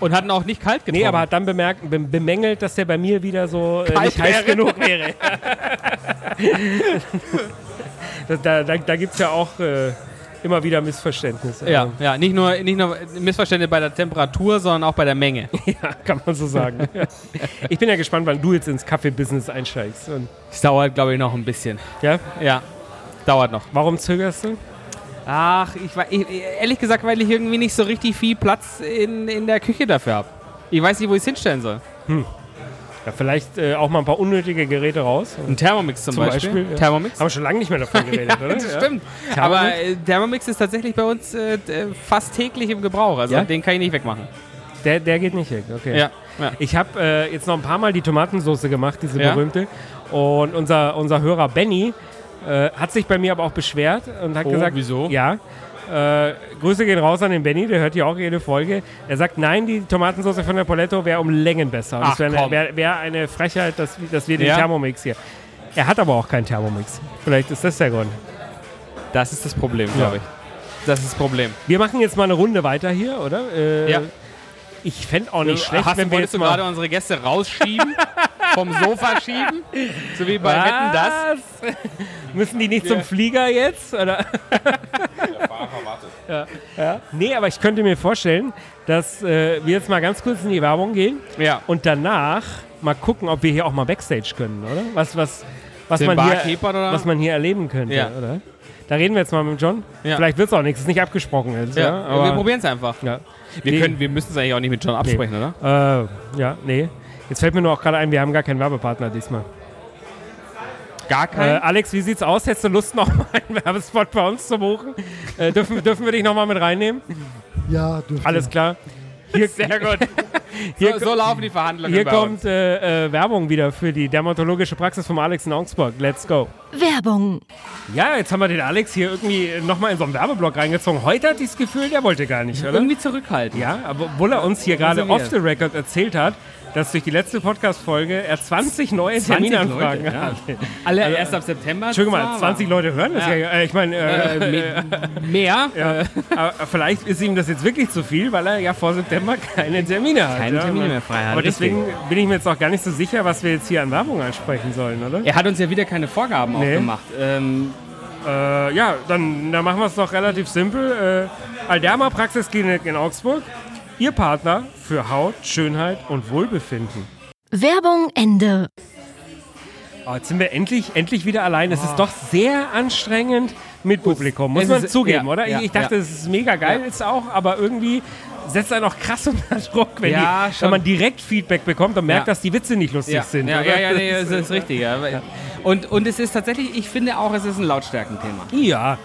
Und hatten auch nicht kalt getrunken. Nee, aber hat dann bemerkt, be bemängelt, dass der bei mir wieder so äh, nicht heiß wäre. genug wäre. da da, da, da gibt es ja auch äh, immer wieder Missverständnisse. Ja, ja, nicht nur, nicht nur Missverständnisse bei der Temperatur, sondern auch bei der Menge. Ja, kann man so sagen. ich bin ja gespannt, wann du jetzt ins Kaffee-Business einsteigst. Und, Das dauert, glaube ich, noch ein bisschen. ja? Ja, dauert noch. Warum zögerst du? Ach, ich war ich, ehrlich gesagt, weil ich irgendwie nicht so richtig viel Platz in, in der Küche dafür habe. Ich weiß nicht, wo ich es hinstellen soll. Ja, vielleicht äh, auch mal ein paar unnötige Geräte raus. Ein Thermomix zum, Zum Beispiel. Beispiel, ja. Thermomix. Haben wir schon lange nicht mehr davon geredet, oder? Das Ja. stimmt. Thermomix? Aber äh, Thermomix ist tatsächlich bei uns äh, d- äh, fast täglich im Gebrauch. Also Ja? den kann ich nicht wegmachen. Der, der geht nicht weg, okay. Ja. ja. Ich habe äh, jetzt noch ein paar Mal die Tomatensoße gemacht, diese Ja? berühmte. Und unser, unser Hörer Benny äh, hat sich bei mir aber auch beschwert und hat Oh, gesagt, wieso? Ja. Äh, Grüße gehen raus an den Benny, der hört ja auch jede Folge. Er sagt, nein, die Tomatensoße von der Poletto wäre um Längen besser. Und Ach, das wäre eine, komm. wär, wär eine Frechheit, dass, wir- dass wir den Ja? Thermomix hier. Er hat aber auch keinen Thermomix. Vielleicht ist das der Grund. Das ist das Problem, Ja. glaube ich. Das ist das Problem. Wir machen jetzt mal eine Runde weiter hier, oder? Äh, Ja. Ich fände auch nicht schlecht, Äh, Hast, wenn wir wolltest jetzt du mal gerade unsere Gäste rausschieben? vom Sofa schieben? So wie bei Wetten, das? das? Müssen die nicht zum Flieger jetzt? Oder? Nee, aber ich könnte mir vorstellen, dass äh, wir jetzt mal ganz kurz in die Werbung gehen Ja. und danach mal gucken, ob wir hier auch mal Backstage können, oder? Was, was, was, Den man, hier, Barkeepern, oder? was man hier erleben könnte, Ja. oder? Da reden wir jetzt mal mit John. Ja. Vielleicht wird es auch nichts, ist nicht abgesprochen jetzt. Ja, Ja, wir aber, probieren es einfach. ja. Nee. Wir, können, wir müssen es eigentlich auch nicht mit John absprechen, oder? Äh, ja, nee. Jetzt fällt mir nur auch gerade ein, wir haben gar keinen Werbepartner diesmal. Gar Äh, Alex, wie sieht's aus? Hättest du Lust, nochmal einen Werbespot bei uns zu buchen? Äh, dürfen, dürfen wir dich nochmal mit reinnehmen? Ja, dürfte. Alles klar. Hier, Sehr gut. Hier, so, so laufen die Verhandlungen hier bei uns. kommt äh, äh, Werbung wieder für die dermatologische Praxis vom Alex in Augsburg. Let's go. Werbung. Ja, jetzt haben wir den Alex hier irgendwie nochmal in so einen Werbeblock reingezogen. Heute hatte ich das Gefühl, der wollte gar nicht, oder? Irgendwie zurückhalten. Ja, aber obwohl er uns hier gerade Reserviert. off the record erzählt hat, dass durch die letzte Podcast-Folge er 20 neue 20 Terminanfragen Leute, ja. hatte. Alle erst ab September. Entschuldigung mal, zwar, 20 Leute hören das ja. Ja. äh, ich meine, äh, aber, äh, me- Mehr? Ja, aber vielleicht ist ihm das jetzt wirklich zu viel, weil er ja vor September keine Termine hat. Keine ja. Termine mehr frei hat, Aber deswegen bin ich mir jetzt auch gar nicht so sicher, was wir jetzt hier an Werbung ansprechen sollen, oder? Er hat uns ja wieder keine Vorgaben Nee. auch gemacht. Ähm, Äh, ja, dann, dann machen wir es doch relativ simpel. Äh, Alderma Praxisklinik in Augsburg, Ihr Partner für Haut, Schönheit und Wohlbefinden. Werbung Ende. Oh, jetzt sind wir endlich, endlich wieder allein. Es ist doch sehr anstrengend mit Publikum, muss Ah. es man ist- zugeben, ja, oder? ja, ich dachte, ja. es ist mega geil, ist auch, aber irgendwie setzt einen auch krass unter Druck, wenn, Ja, die, schon. wenn man direkt Feedback bekommt und merkt, Ja. dass die Witze nicht lustig ja. sind. Ja, oder? ja, ja, nee, das ist richtig. Ja. Und, und es ist tatsächlich, ich finde auch, es ist ein Lautstärkenthema. ja.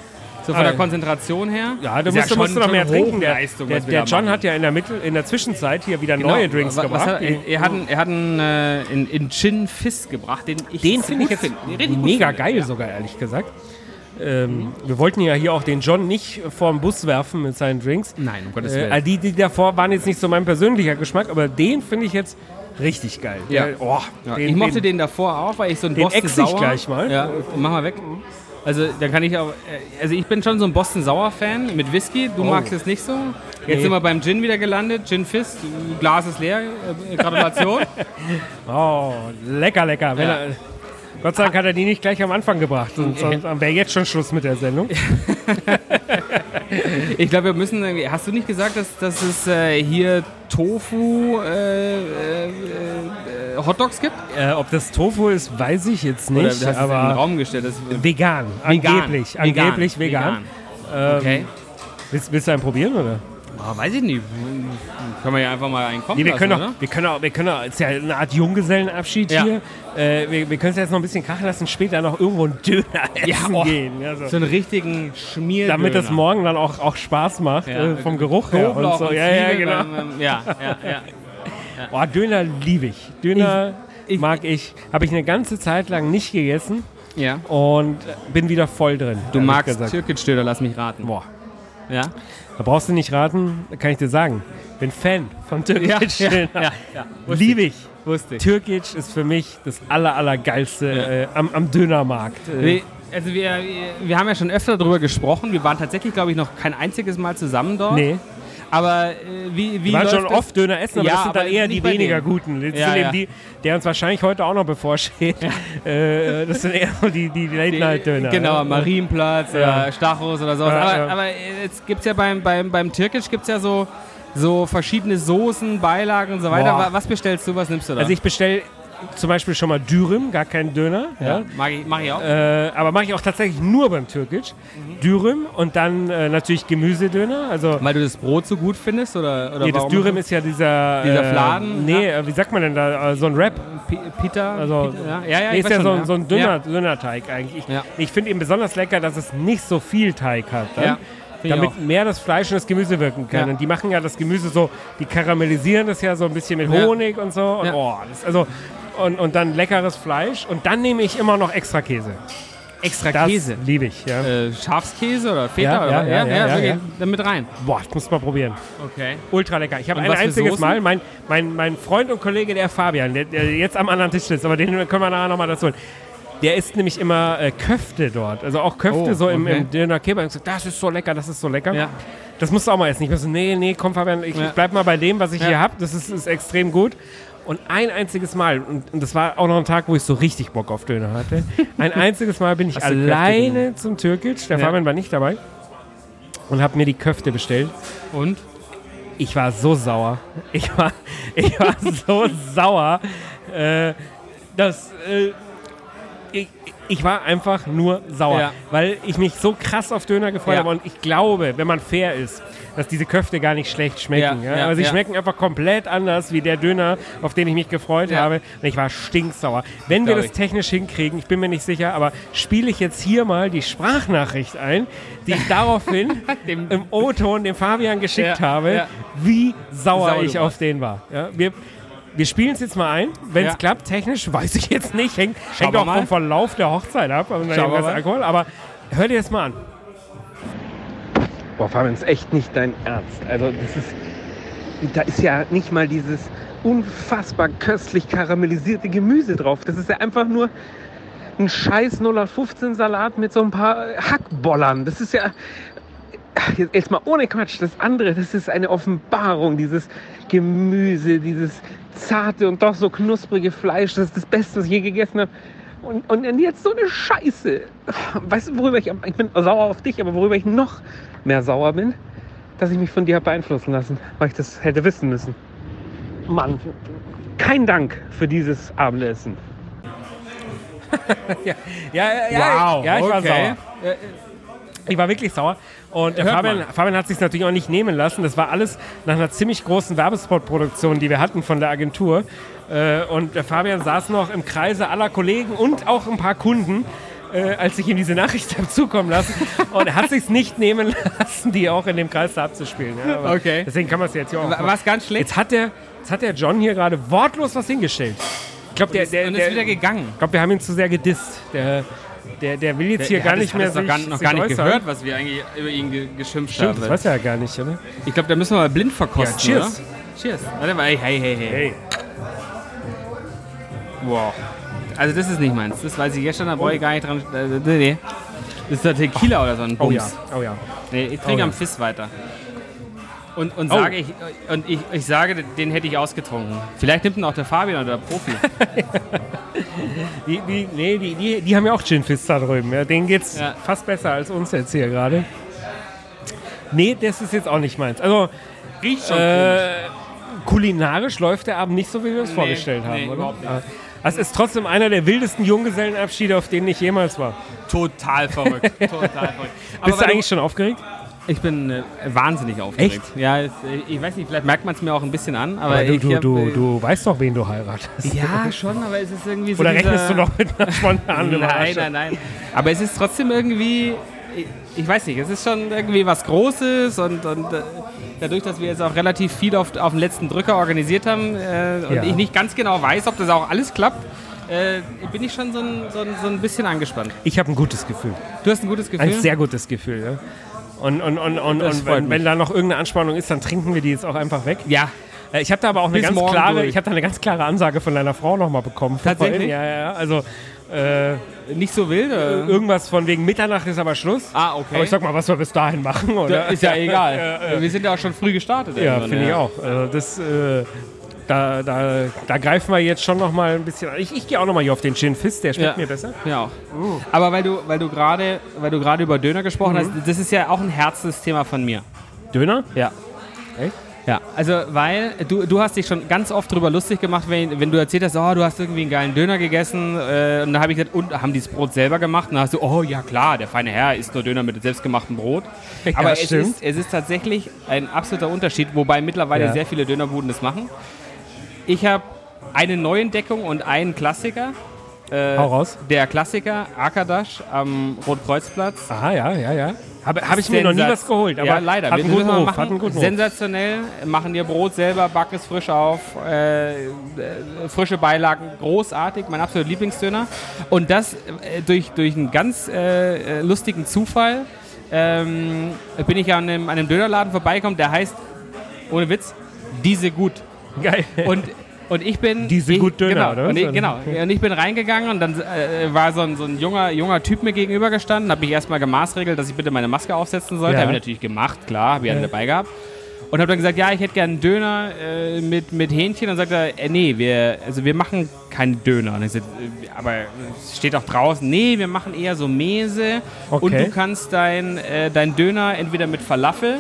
So von Ah, der ja. Konzentration her. Ja, da ist musst, du- schon- musst du noch schon mehr trinken. Der, Hochleistung, der, was wir der da John machen. hat ja in der, Mittel, in der Zwischenzeit hier wieder Genau. neue Drinks Was- was gebracht. Hat, er, er hat einen, er hat einen, äh, einen, einen Gin Fizz gebracht, den ich den gut finde ich jetzt den richtig gut mega finde. geil Ja. sogar, ehrlich gesagt. Ähm, Wir wollten ja hier auch den John nicht vorm Bus werfen mit seinen Drinks. Nein, um Gottes Äh, Willen. all die, die davor waren jetzt nicht so mein persönlicher Geschmack, aber den finde ich jetzt richtig geil. Ja. Der- oh, Ja, ich mochte den, davor auch, weil ich so ein den Boston ächze ich Sauer. gleich mal. Ja, mach mal weg. Also dann kann ich auch. äh, Also ich bin schon so ein Boston Sauer Fan mit Whisky. Du magst es nicht so. Jetzt Oh. Nee. sind wir beim Gin wieder gelandet. Gin Fizz, Glas ist leer. Äh, Gratulation. Oh, lecker, lecker. Wenn Ja. er, Gott sei Dank hat er die nicht gleich am Anfang gebracht. Sonst sonst wäre jetzt schon Schluss mit der Sendung. ich glaube, wir müssen. irgendwie- Hast du nicht gesagt, dass, dass es äh, hier Tofu äh, äh, äh, Hotdogs gibt? Äh, ob das Tofu ist, weiß ich jetzt Oder nicht. hast du es in den aber Raum gestellt? Das, vegan, Angeblich. Angeblich vegan. Ähm, Okay. Willst, willst du einen probieren, oder? Ah, weiß ich nicht. Können wir ja einfach mal einen kommen Nee, wir können lassen, doch, wir können auch, wir können auch, ist ja eine Art Junggesellenabschied Ja. hier. Äh, wir wir können es jetzt noch ein bisschen krachen lassen, später noch irgendwo einen Döner essen Ja, oh. gehen. Also, oder? So einen richtigen Schmier. damit das morgen dann auch, auch Spaß macht, äh, vom Geruch her und so. ja, ja, genau. Ja, ja, ja. Oh, Döner liebe ich. Döner Ich- ich- mag ich. Habe ich eine ganze Zeit lang nicht gegessen ja. und bin wieder voll drin. Du ehrlich magst gesagt. Türkenstöder, lass mich raten. Boah, Ja? da brauchst du nicht raten, kann ich dir sagen. Bin Fan von Ja, türkischen Döner. Wusste Liebe ich. ich. Wusste ich. Türkisch ist für mich das aller, allergeilste äh, am, am Dönermarkt. Äh, Nee, Also wir, wir haben ja schon öfter darüber gesprochen. Wir waren tatsächlich, glaube ich, noch kein einziges Mal zusammen dort. nee. Aber äh, wie, wie Wir waren läuft schon das? oft Döner essen, aber Ja, das sind dann aber eher nicht die bei weniger denen. guten. Das Ja, sind ja. eben die, der uns wahrscheinlich heute auch noch bevorsteht. äh, das sind eher so die, die Late-Night-Döner. Genau, ja. am Marienplatz Ja. oder Stachus oder sowas. Ja, aber, ja. aber jetzt gibt es ja beim, beim, beim Türkisch gibt's ja so, so verschiedene Soßen, Beilagen und so weiter. Boah. Wa- Was bestellst du, was nimmst du da? Also ich bestelle zum Beispiel schon mal Dürüm, gar keinen Döner. Ja. ja, mag, ich, mag ich auch. Äh, aber mache ich auch tatsächlich nur beim Türkisch. Mhm. Dürüm und dann äh, natürlich Gemüsedöner. Also Weil du das Brot so gut findest? Oder, oder nee, das warum? Dürüm ist ja dieser... Dieser äh, Fladen, Nee, äh, wie sagt man denn da? Äh, so ein Rap. Pi- Pita? Also, Pita, ja, ja, ja nee, ist ich weiß ja schon, so, ein- so ein dünner, Ja, dünner Teig eigentlich. Ich, Ja. ich finde eben besonders lecker, dass es nicht so viel Teig hat. Dann, ja. Find ich damit auch. mehr das Fleisch und das Gemüse wirken kann. Ja. Und die machen ja das Gemüse so, die karamellisieren das ja so ein bisschen mit Ja. Honig und so. Und, Ja. oh, das, also, und, und dann leckeres Fleisch. Und dann nehme ich immer noch extra Käse. extra Das Käse. liebe ich. Ja. Äh, Schafskäse oder Feta? Ja, oder ja, was? ja, ja, ja, okay, ja. Damit rein. Boah, das muss man probieren. Okay. Ultra lecker. Ich habe Und ein was für einziges Soßen? Mal, mein, mein, mein Freund und Kollege, der Fabian, der, der jetzt am anderen Tisch sitzt, aber den können wir nachher nochmal dazu holen. Der isst nämlich immer äh, Köfte dort. Also auch Köfte Oh, so im, okay. im Döner Kebab. Ich hab gesagt, das ist so lecker, das ist so lecker. Ja. Das musst du auch mal essen. Ich muss, nee, nee, komm Fabian, ich, Ja. ich bleib mal bei dem, was ich Ja. hier habe. Das ist, ist extrem gut. Und ein einziges Mal, und, und das war auch noch ein Tag, wo ich so richtig Bock auf Döner hatte. Ein einziges Mal bin ich Hast du Köfte alleine zum Türkisch. Der Ja. Fabian war nicht dabei. Und habe mir die Köfte bestellt. Und? Ich war so sauer. Ich war, ich war so sauer, äh, dass äh, ich, ich war einfach nur sauer, Ja. weil ich mich so krass auf Döner gefreut Ja. habe. Und ich glaube, wenn man fair ist, dass diese Köfte gar nicht schlecht schmecken. Ja, Ja, ja, Aber sie ja. schmecken einfach komplett anders wie der Döner, auf den ich mich gefreut Ja. habe. Und ich war stinksauer. Wenn wir Glaub das ich. technisch hinkriegen, ich bin mir nicht sicher, aber spiele ich jetzt hier mal die Sprachnachricht ein, die ich daraufhin Dem- im O-Ton dem Fabian geschickt Ja, habe, ja. wie sauer Sau ich du auf den war. Ja, wir wir spielen es jetzt mal ein. Wenn es Ja. klappt, technisch weiß ich jetzt nicht. Hängt, Schauen hängt wir auch mal. vom Verlauf der Hochzeit ab. Und Schauen wir dem ganzen mal. Alkohol. Aber hör dir das mal an. Boah, Fabian, ist echt nicht dein Ernst. Also, das ist. Da ist ja nicht mal dieses unfassbar köstlich karamellisierte Gemüse drauf. Das ist ja einfach nur ein scheiß 0815-Salat mit so ein paar Hackbollern. Das ist ja. Ach, Jetzt, jetzt mal ohne Quatsch, das andere, das ist eine Offenbarung, dieses Gemüse, dieses zarte und doch so knusprige Fleisch, das ist das Beste, was ich je gegessen habe. Und, und jetzt so eine Scheiße. Weißt du, worüber ich, am- ich bin sauer auf dich, aber worüber ich noch mehr sauer bin, dass ich mich von dir habe beeinflussen lassen, weil ich das hätte wissen müssen. Mann, kein Dank für dieses Abendessen. Ja, ja, Wow, ja ich war okay. sauer. Ich war wirklich sauer. Und der Hört Fabian, man. Fabian hat sich natürlich auch nicht nehmen lassen. Das war alles nach einer ziemlich großen Werbespot-Produktion, die wir hatten von der Agentur. Äh, Und der Fabian saß noch im Kreise aller Kollegen und auch ein paar Kunden, äh, als ich ihm diese Nachricht habe zukommen lassen. Und er hat sich nicht nehmen lassen, die auch in dem Kreis da abzuspielen. Ja, aber Okay. Deswegen kann man es jetzt hier auch. Wa- machen. Was ganz schlecht. Jetzt hat der, jetzt hat der John hier gerade wortlos was hingestellt. Ich glaube, der, der, und ist der, wieder gegangen. ich glaube, wir haben ihn zu sehr gedisst. Der, der, der will jetzt hier gar nicht mehr noch sich, gar, noch sich gar nicht äußern. gehört, was wir eigentlich über ihn ge geschimpft Stimmt, das haben. weiß er ja gar nicht, oder? Ich glaube, da müssen wir mal blind verkosten. Ja, cheers. Oder? Cheers. Warte mal, hey, hey, hey, hey. Hey, Wow. Also das ist nicht meins. Das weiß ich gestern, da Oh. brauche ich gar nicht dran. Äh, nee, nee. Das ist der Tequila oder so ein oh Bums. ja, oh ja. Nee, ich trinke Oh ja. am Fizz weiter. Und, und, Oh. sage ich, und ich, ich sage, den hätte ich ausgetrunken. Vielleicht nimmt ihn auch der Fabian oder der Profi. Die, die, nee, die, die, die haben ja auch Gin Fizz da drüben. Ja, denen geht's Ja. fast besser als uns jetzt hier gerade. Nee, das ist jetzt auch nicht meins. Also Riecht äh, kulinarisch läuft der Abend nicht so, wie wir uns vorgestellt haben, nee, oder? überhaupt nicht. Ah. Es ist trotzdem einer der wildesten Junggesellenabschiede, auf denen ich jemals war. Total verrückt. Total verrückt. Aber Bist du weil eigentlich schon aufgeregt? Ich bin äh, wahnsinnig aufgeregt. Echt? Ja, es, äh, ich weiß nicht, vielleicht merkt man es mir auch ein bisschen an, aber, du, ich du, hab, du, äh, du weißt doch, wen du heiratest. Ja, schon, aber es ist irgendwie so. Oder dieser- rechnest du noch mit einer spontanen Nein, Überraschung? nein, nein. Aber es ist trotzdem irgendwie, ich, ich weiß nicht, es ist schon irgendwie was Großes und, und äh, dadurch, dass wir jetzt auch relativ viel auf, auf den letzten Drücker organisiert haben äh, und Ja. ich nicht ganz genau weiß, ob das auch alles klappt, äh, bin ich schon so ein, so ein, so ein bisschen angespannt. Ich habe ein gutes Gefühl. Du hast ein gutes Ein Gefühl? sehr gutes Gefühl, ja. Und, und, und, und, Das und freut wenn, mich. wenn da noch irgendeine Anspannung ist, dann trinken wir die jetzt auch einfach weg. ja. Äh, Ich habe da aber auch eine Bis ganz morgen klare, durch. ich habe da eine ganz klare Ansage von deiner Frau nochmal bekommen. von Tatsächlich? vorhin. Ja, ja, ja. Also äh, Nicht so wild? Oder? irgendwas von wegen Mitternacht ist aber Schluss. Ah, okay. Äh, Aber ich sag mal, was wir bis dahin machen, oder? ist ja egal. Ja, Wir sind ja auch schon früh gestartet. Ja, irgendwann, finde ich auch. Also das, äh, da, da, da greifen wir jetzt schon nochmal ein bisschen an. Ich, ich gehe auch nochmal hier auf den Gin Fizz, der schmeckt Ja. mir besser. Ja auch. Uh. Aber weil du, weil du gerade, weil du gerade über Döner gesprochen Mhm. hast, das ist ja auch ein Herzensthema von mir. Döner? Ja. Echt? Ja, also weil du, du hast dich schon ganz oft drüber lustig gemacht, wenn, wenn du erzählt hast, oh, du hast irgendwie einen geilen Döner gegessen äh, und dann habe ich gesagt, und haben die das Brot selber gemacht? Und dann hast du, oh ja klar, der feine Herr isst nur Döner mit selbstgemachtem Brot. Aber es, stimmt. ist, es ist tatsächlich ein absoluter Unterschied, wobei mittlerweile Ja. sehr viele Dönerbuden das machen. Ich habe eine Neuentdeckung und einen Klassiker. Äh, Hau raus. Der Klassiker Akadash am Rotkreuzplatz. Aha, ja, ja, ja. Habe hab ich mir noch nie Sensat- was geholt, aber ja, leider. hat Wir einen müssen guten mal Ruf, machen. hat einen guten Ruf. Sensationell. Machen ihr Brot selber, backen es frisch auf. Äh, äh, frische Beilagen. Großartig. Mein absoluter Lieblingsdöner. Und das äh, durch, durch einen ganz äh, äh, lustigen Zufall ähm, bin ich an einem, an einem Dönerladen vorbeigekommen, der heißt, ohne Witz, diese gut. Geil. Und, und ich bin. Die sind ich, gut Döner, genau, oder was? Und ich, genau. Und ich bin reingegangen und dann äh, war so ein, so ein junger, junger Typ mir gegenüber gestanden, habe mich erstmal gemaßregelt, dass ich bitte meine Maske aufsetzen sollte. Ja. Habe ich natürlich gemacht, klar, habe ich ja. dabei gehabt. Und habe dann gesagt, ja, ich hätte gerne einen Döner äh, mit, mit Hähnchen. Und dann sagt er, äh, nee, wir, also wir machen keinen Döner. Und ich gesagt, äh, aber es steht auch draußen, nee, wir machen eher so Mese. Okay. Und du kannst dein, äh, dein Döner entweder mit Falafel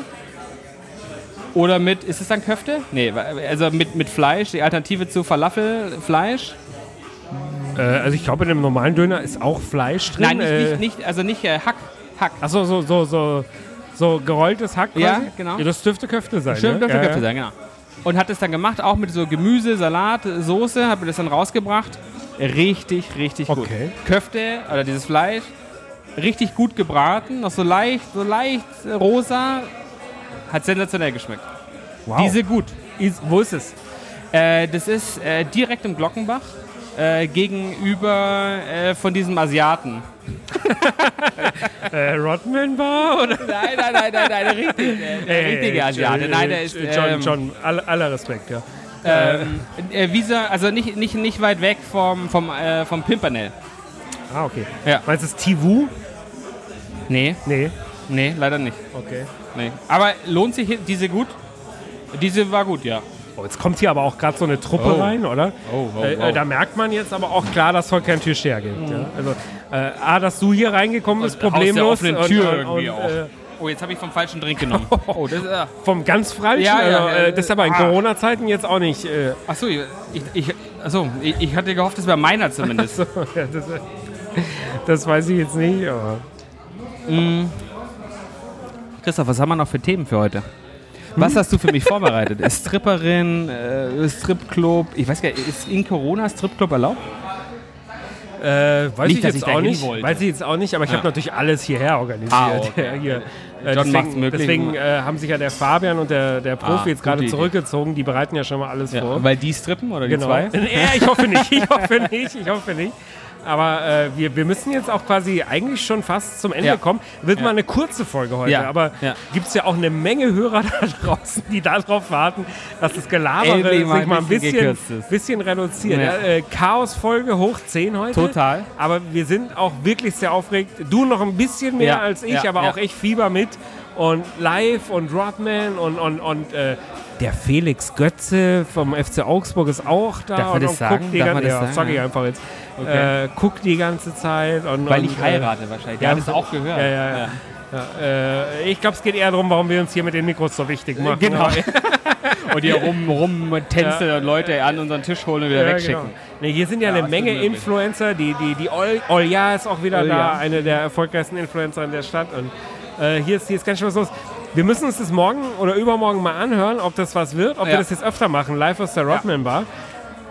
oder mit, ist es dann Köfte? Nee, also mit, mit Fleisch, die Alternative zu Falafel, Fleisch. äh, also ich glaube, in einem normalen Döner ist auch Fleisch drin. Nein, nicht, äh, nicht, nicht also nicht äh, Hack. Hack. Achso, so, so, so, so gerolltes Hack Ja, quasi? genau. Ja, das dürfte Köfte sein. Stimmt, ne? dürfte ja, Köfte sein, genau. Und hat es dann gemacht, auch mit so Gemüse, Salat, Soße, hat mir das dann rausgebracht. Richtig, richtig gut. Okay. Köfte oder dieses Fleisch, richtig gut gebraten, noch so leicht, so leicht äh, rosa, hat sensationell geschmeckt. Wow. Diese gut. Is, wo ist es? Äh, das ist äh, direkt im Glockenbach äh, gegenüber äh, von diesem Asiaten. Äh, Rodman Bar oder? Nein, nein, nein, nein, nein, richtig. Äh, der richtige Asiate. Nein, der ist. äh, John, Ähm, John, aller, aller Respekt, ja. ähm, äh, Visa, also nicht, nicht, nicht weit weg vom, vom, äh, vom Pimpernel. Ah, okay. Ja. Meinst du, es ist Tivu? Nee, Nee. nee, leider nicht. Okay. Nee. Aber lohnt sich diese gut? Diese war gut, ja. Oh, jetzt kommt hier aber auch gerade so eine Truppe Oh. rein, oder? Oh, oh, Äh, äh, da merkt man jetzt aber auch klar, dass heute kein Tisch hergibt. Ja? Also, äh, A, dass du hier reingekommen bist, aus der problemlos. offenen Tür irgendwie auch. äh, Oh, jetzt habe ich vom falschen Drink genommen. Oh, das ist. Äh, vom ganz Falschen. Ja, ja, also, ja, äh, das ist aber in ah. Corona-Zeiten jetzt auch nicht. Äh, Achso, ich, ich, achso ich, ich hatte gehofft, das wäre meiner zumindest. ja, das, das weiß ich jetzt nicht, aber. Christoph, was haben wir noch für Themen für heute? Was hast du für mich vorbereitet? Stripperin, äh, Stripclub, ich weiß gar nicht, ist in Corona Stripclub erlaubt? Äh, weiß Nicht, ich dass jetzt ich da auch hin nicht. wollte. Weiß ich jetzt auch nicht, aber ich habe natürlich alles hierher organisiert. Ah, okay. hier. Äh, John macht's deswegen möglich. deswegen äh, haben sich ja der Fabian und der, der Profi Ah, jetzt gerade gute Idee. zurückgezogen. Die bereiten ja schon mal alles vor. Weil die strippen oder die Genau. zwei? Ja, ich hoffe nicht, ich hoffe nicht, ich hoffe nicht. Aber äh, wir, wir müssen jetzt auch quasi eigentlich schon fast zum Ende Ja. kommen. Wird Ja. mal eine kurze Folge heute, Ja. aber Ja. gibt es ja auch eine Menge Hörer da draußen, die darauf warten, dass das Gelabere Endlich sich mal ein mal ein bisschen bisschen, gekürzt ist. bisschen reduziert. Ja. Ja. äh, Chaos-Folge hoch 10 heute. Total. Aber wir sind auch wirklich sehr aufgeregt. Du noch ein bisschen mehr Ja. als ich, Ja. aber Ja. auch ich fieber mit. Und live und Rodman und, und, und äh, der Felix Götze vom FC Augsburg ist auch da. Darf man und, das und sagen? Guckt die Darf man ganze, das ja, sagen? sag ich einfach jetzt. Okay. Äh, guckt die ganze Zeit. Und, Weil und, ich heirate wahrscheinlich. ja, Ja, das auch gehört. Äh, ja, ja, ja. Ja, äh, ich glaube, es geht eher darum, warum wir uns hier mit den Mikros so wichtig machen. Genau. Genau. und hier rum, rum tänzeln und Leute an unseren Tisch holen und wieder Ja, wegschicken. genau. Nee, hier sind ja, Ja, eine absolut Menge möglich. Influencer, die, die, die Ol- Olja ist auch wieder Olja. da, eine der erfolgreichsten Influencer in der Stadt. Und äh, hier, ist, hier ist ganz schön was los. Wir müssen uns das morgen oder übermorgen mal anhören, ob das was wird, ob wir Ja. das jetzt öfter machen, live aus der Rodman Bar.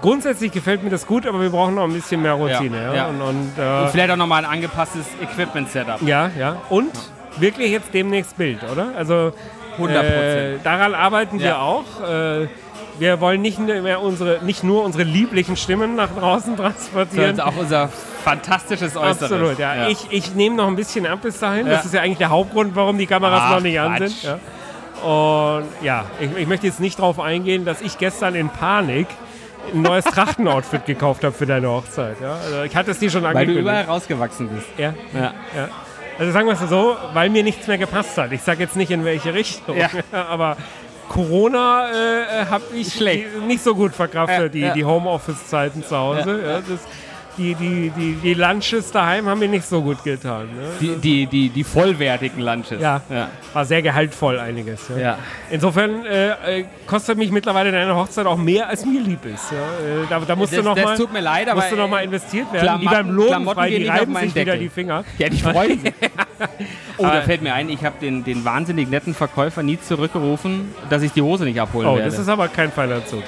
Grundsätzlich gefällt mir das gut, aber wir brauchen noch ein bisschen mehr Routine. Ja, ja. Ja, ja. Und, und, Und äh, vielleicht auch nochmal ein angepasstes Equipment-Setup. ja, ja. Und wirklich jetzt demnächst Bild, oder? Also 100%. Äh, daran arbeiten wir Ja. auch. Äh, wir wollen nicht, mehr unsere, nicht nur unsere lieblichen Stimmen nach draußen Das transportieren. ist auch unser fantastisches Äußeres. Absolut, ja. Ich, ich nehme noch ein bisschen ab bis dahin. Das Ja. ist ja eigentlich der Hauptgrund, warum die Kameras Ach, noch nicht an Quatsch. sind. Ja. Und ja, ich, ich möchte jetzt nicht darauf eingehen, dass ich gestern in Panik ein neues Trachtenoutfit gekauft habe für deine Hochzeit. Ja. Also ich hatte es dir schon Weil du angekündigt. überall rausgewachsen bist. ja. Ja. Also sagen wir es so, weil mir nichts mehr gepasst hat. Ich sage jetzt nicht in welche Richtung, Ja. aber Corona äh, habe ich Schlecht. die- nicht so gut verkraftet, Ja, die, ja. die Homeoffice-Zeiten zu Hause. Ja, das, die, die, die, die Lunches daheim haben mir nicht so gut getan. Ne? Die, die, die, die vollwertigen Lunches. Ja. ja. War sehr gehaltvoll einiges. Ja. ja. Insofern äh, äh, kostet mich mittlerweile deine Hochzeit auch mehr, als mir lieb ist. Ja. Äh, da, da musst Das, du noch das mal, tut mir leid, aber. musst du noch mal investiert werden. Klamotten- die beim Loben Klamotten frei, gehen die nicht auf reiben meinen sich wieder Deckel. die Finger. Ja, die freuen sich. oh, da fällt mir ein, ich habe den, den wahnsinnig netten Verkäufer nie zurückgerufen, dass ich die Hose nicht abholen Oh, werde. das ist aber kein feiner Zug.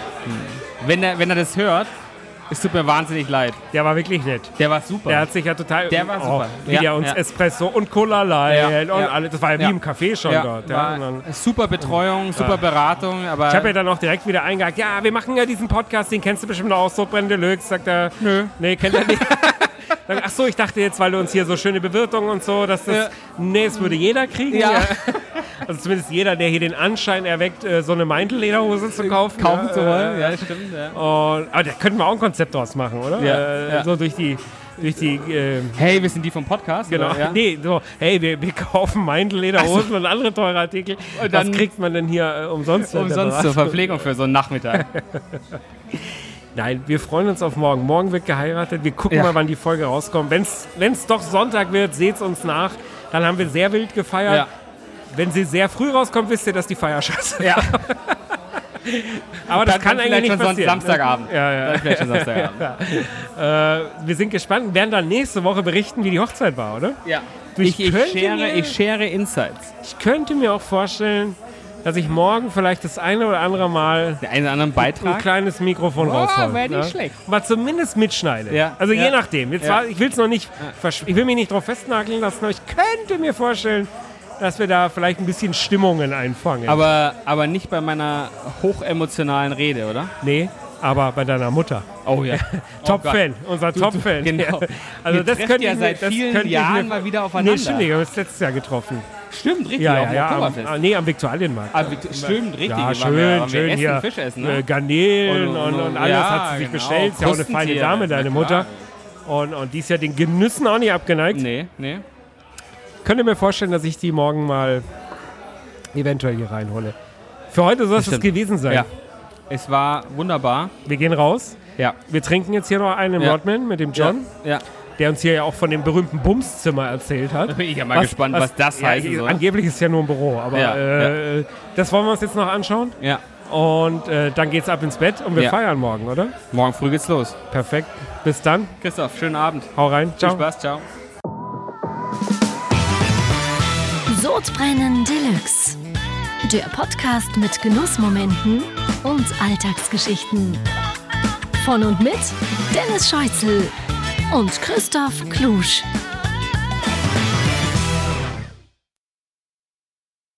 wenn, er, wenn er das hört, es tut mir wahnsinnig leid. Der war wirklich nett. Der war super. Der hat sich ja total. Der war super. Wie Ja, der uns ja. Espresso und Cola leiht Ja, und ja. alles. Das war ja wie Ja. im Café schon Ja, dort. Ja. war Und dann, super Betreuung, super Beratung, aber ich habe ja dann auch direkt wieder eingehakt. Ja, wir machen ja diesen Podcast, den kennst du bestimmt auch, so Deluxe, sagt er. Nö. Nee, kennt er nicht. Sag, Ach so, ich dachte jetzt, weil du uns hier so schöne Bewirtungen und so, dass das. Ja. Nee, es würde jeder kriegen. Ja. Also zumindest jeder, der hier den Anschein erweckt, äh, so eine Meintellederhose zu kaufen. kaufen zu äh, wollen. Ja, stimmt. Ja. Und, aber da könnten wir auch ein Konzept draus machen, oder? Ja, Äh, ja. So durch die. Durch die äh, Hey, wir sind die vom Podcast. Genau. oder? Ja. Nee, so, hey, wir, wir kaufen Meindellederhosen und andere teure Artikel. Und Was dann- kriegt man denn hier äh, umsonst? in der Umsonst Um zur Beratung? Verpflegung für so einen Nachmittag. Nein, wir freuen uns auf morgen. Morgen wird geheiratet. Wir gucken Ja. mal, wann die Folge rauskommt. Wenn es doch Sonntag wird, seht uns nach. Dann haben wir sehr wild gefeiert. Ja. Wenn sie sehr früh rauskommt, wisst ihr, dass die Feier scheiße Ja. Aber das Dann kann vielleicht eigentlich nicht schon sonst passieren. ne? Samstagabend. Ja, ja. Dann vielleicht schon Samstagabend. Äh, wir sind gespannt. Wir werden dann nächste Woche berichten, wie die Hochzeit war, oder? Ja. Ich Ich, ich, könnte share, mir- ich share Insights. Ich könnte mir auch vorstellen, dass ich morgen vielleicht das eine oder andere Mal Den einen oder anderen ein Beitrag. kleines Mikrofon Boah, rausholen. wär nicht schlecht. Aber zumindest mitschneide. Ja, Also je ja, nachdem. Jetzt ja. war, ich will es noch nicht, versch- ich will mich nicht drauf festnageln lassen, aber ich könnte mir vorstellen, dass wir da vielleicht ein bisschen Stimmungen einfangen. Aber, aber nicht bei meiner hochemotionalen Rede, oder? nee, aber bei deiner Mutter. Oh ja. Top-Fan, unser Top-Fan. Genau. Also Wir das treffen könnte ja ich mir, seit das vielen könnte Jahren ich mir, mal wieder Nee, aufeinander. stimmt nicht, wir haben uns letztes Jahr getroffen. Stimmt, richtig. Ja, ja, auf dem ja. Am, Oktoberfest. ah, nee, am Viktualienmarkt. Ah, wie- stimmt, richtig. Ja, wir schön, waren, ja- schön wir essen, hier. Fisch essen, äh, ne? Garnelen und, Und- und, und- alles ja, hat sie sich genau. bestellt. Ist ja auch eine feine Krustentiere, Dame, deine na Mutter. klar. Und, und die ist ja den Genüssen auch nicht abgeneigt. Nee, nee. Könnt ihr mir vorstellen, dass ich die morgen mal eventuell hier reinhole. Für heute soll es das Bestimmt. gewesen sein. Ja. Es war wunderbar. Wir gehen raus. Ja. Wir trinken jetzt hier noch einen im Ja. Rodman mit dem John, Ja. der uns hier ja auch von dem berühmten Bumszimmer erzählt hat. Bin ich ja mal gespannt, was das ja, heißen soll. Angeblich ist ja nur ein Büro, aber Ja, äh, das wollen wir uns jetzt noch anschauen. Ja. Und äh, dann geht's ab ins Bett und wir Ja. feiern morgen, oder? Morgen früh geht's los. Perfekt. Bis dann. Christoph, schönen Abend. Hau rein. Viel Ciao. Spaß, ciao. So Sodbrennen Deluxe. Der Podcast mit Genussmomenten und Alltagsgeschichten. Von und mit Dennis Scheuzel und Christoph Klusch.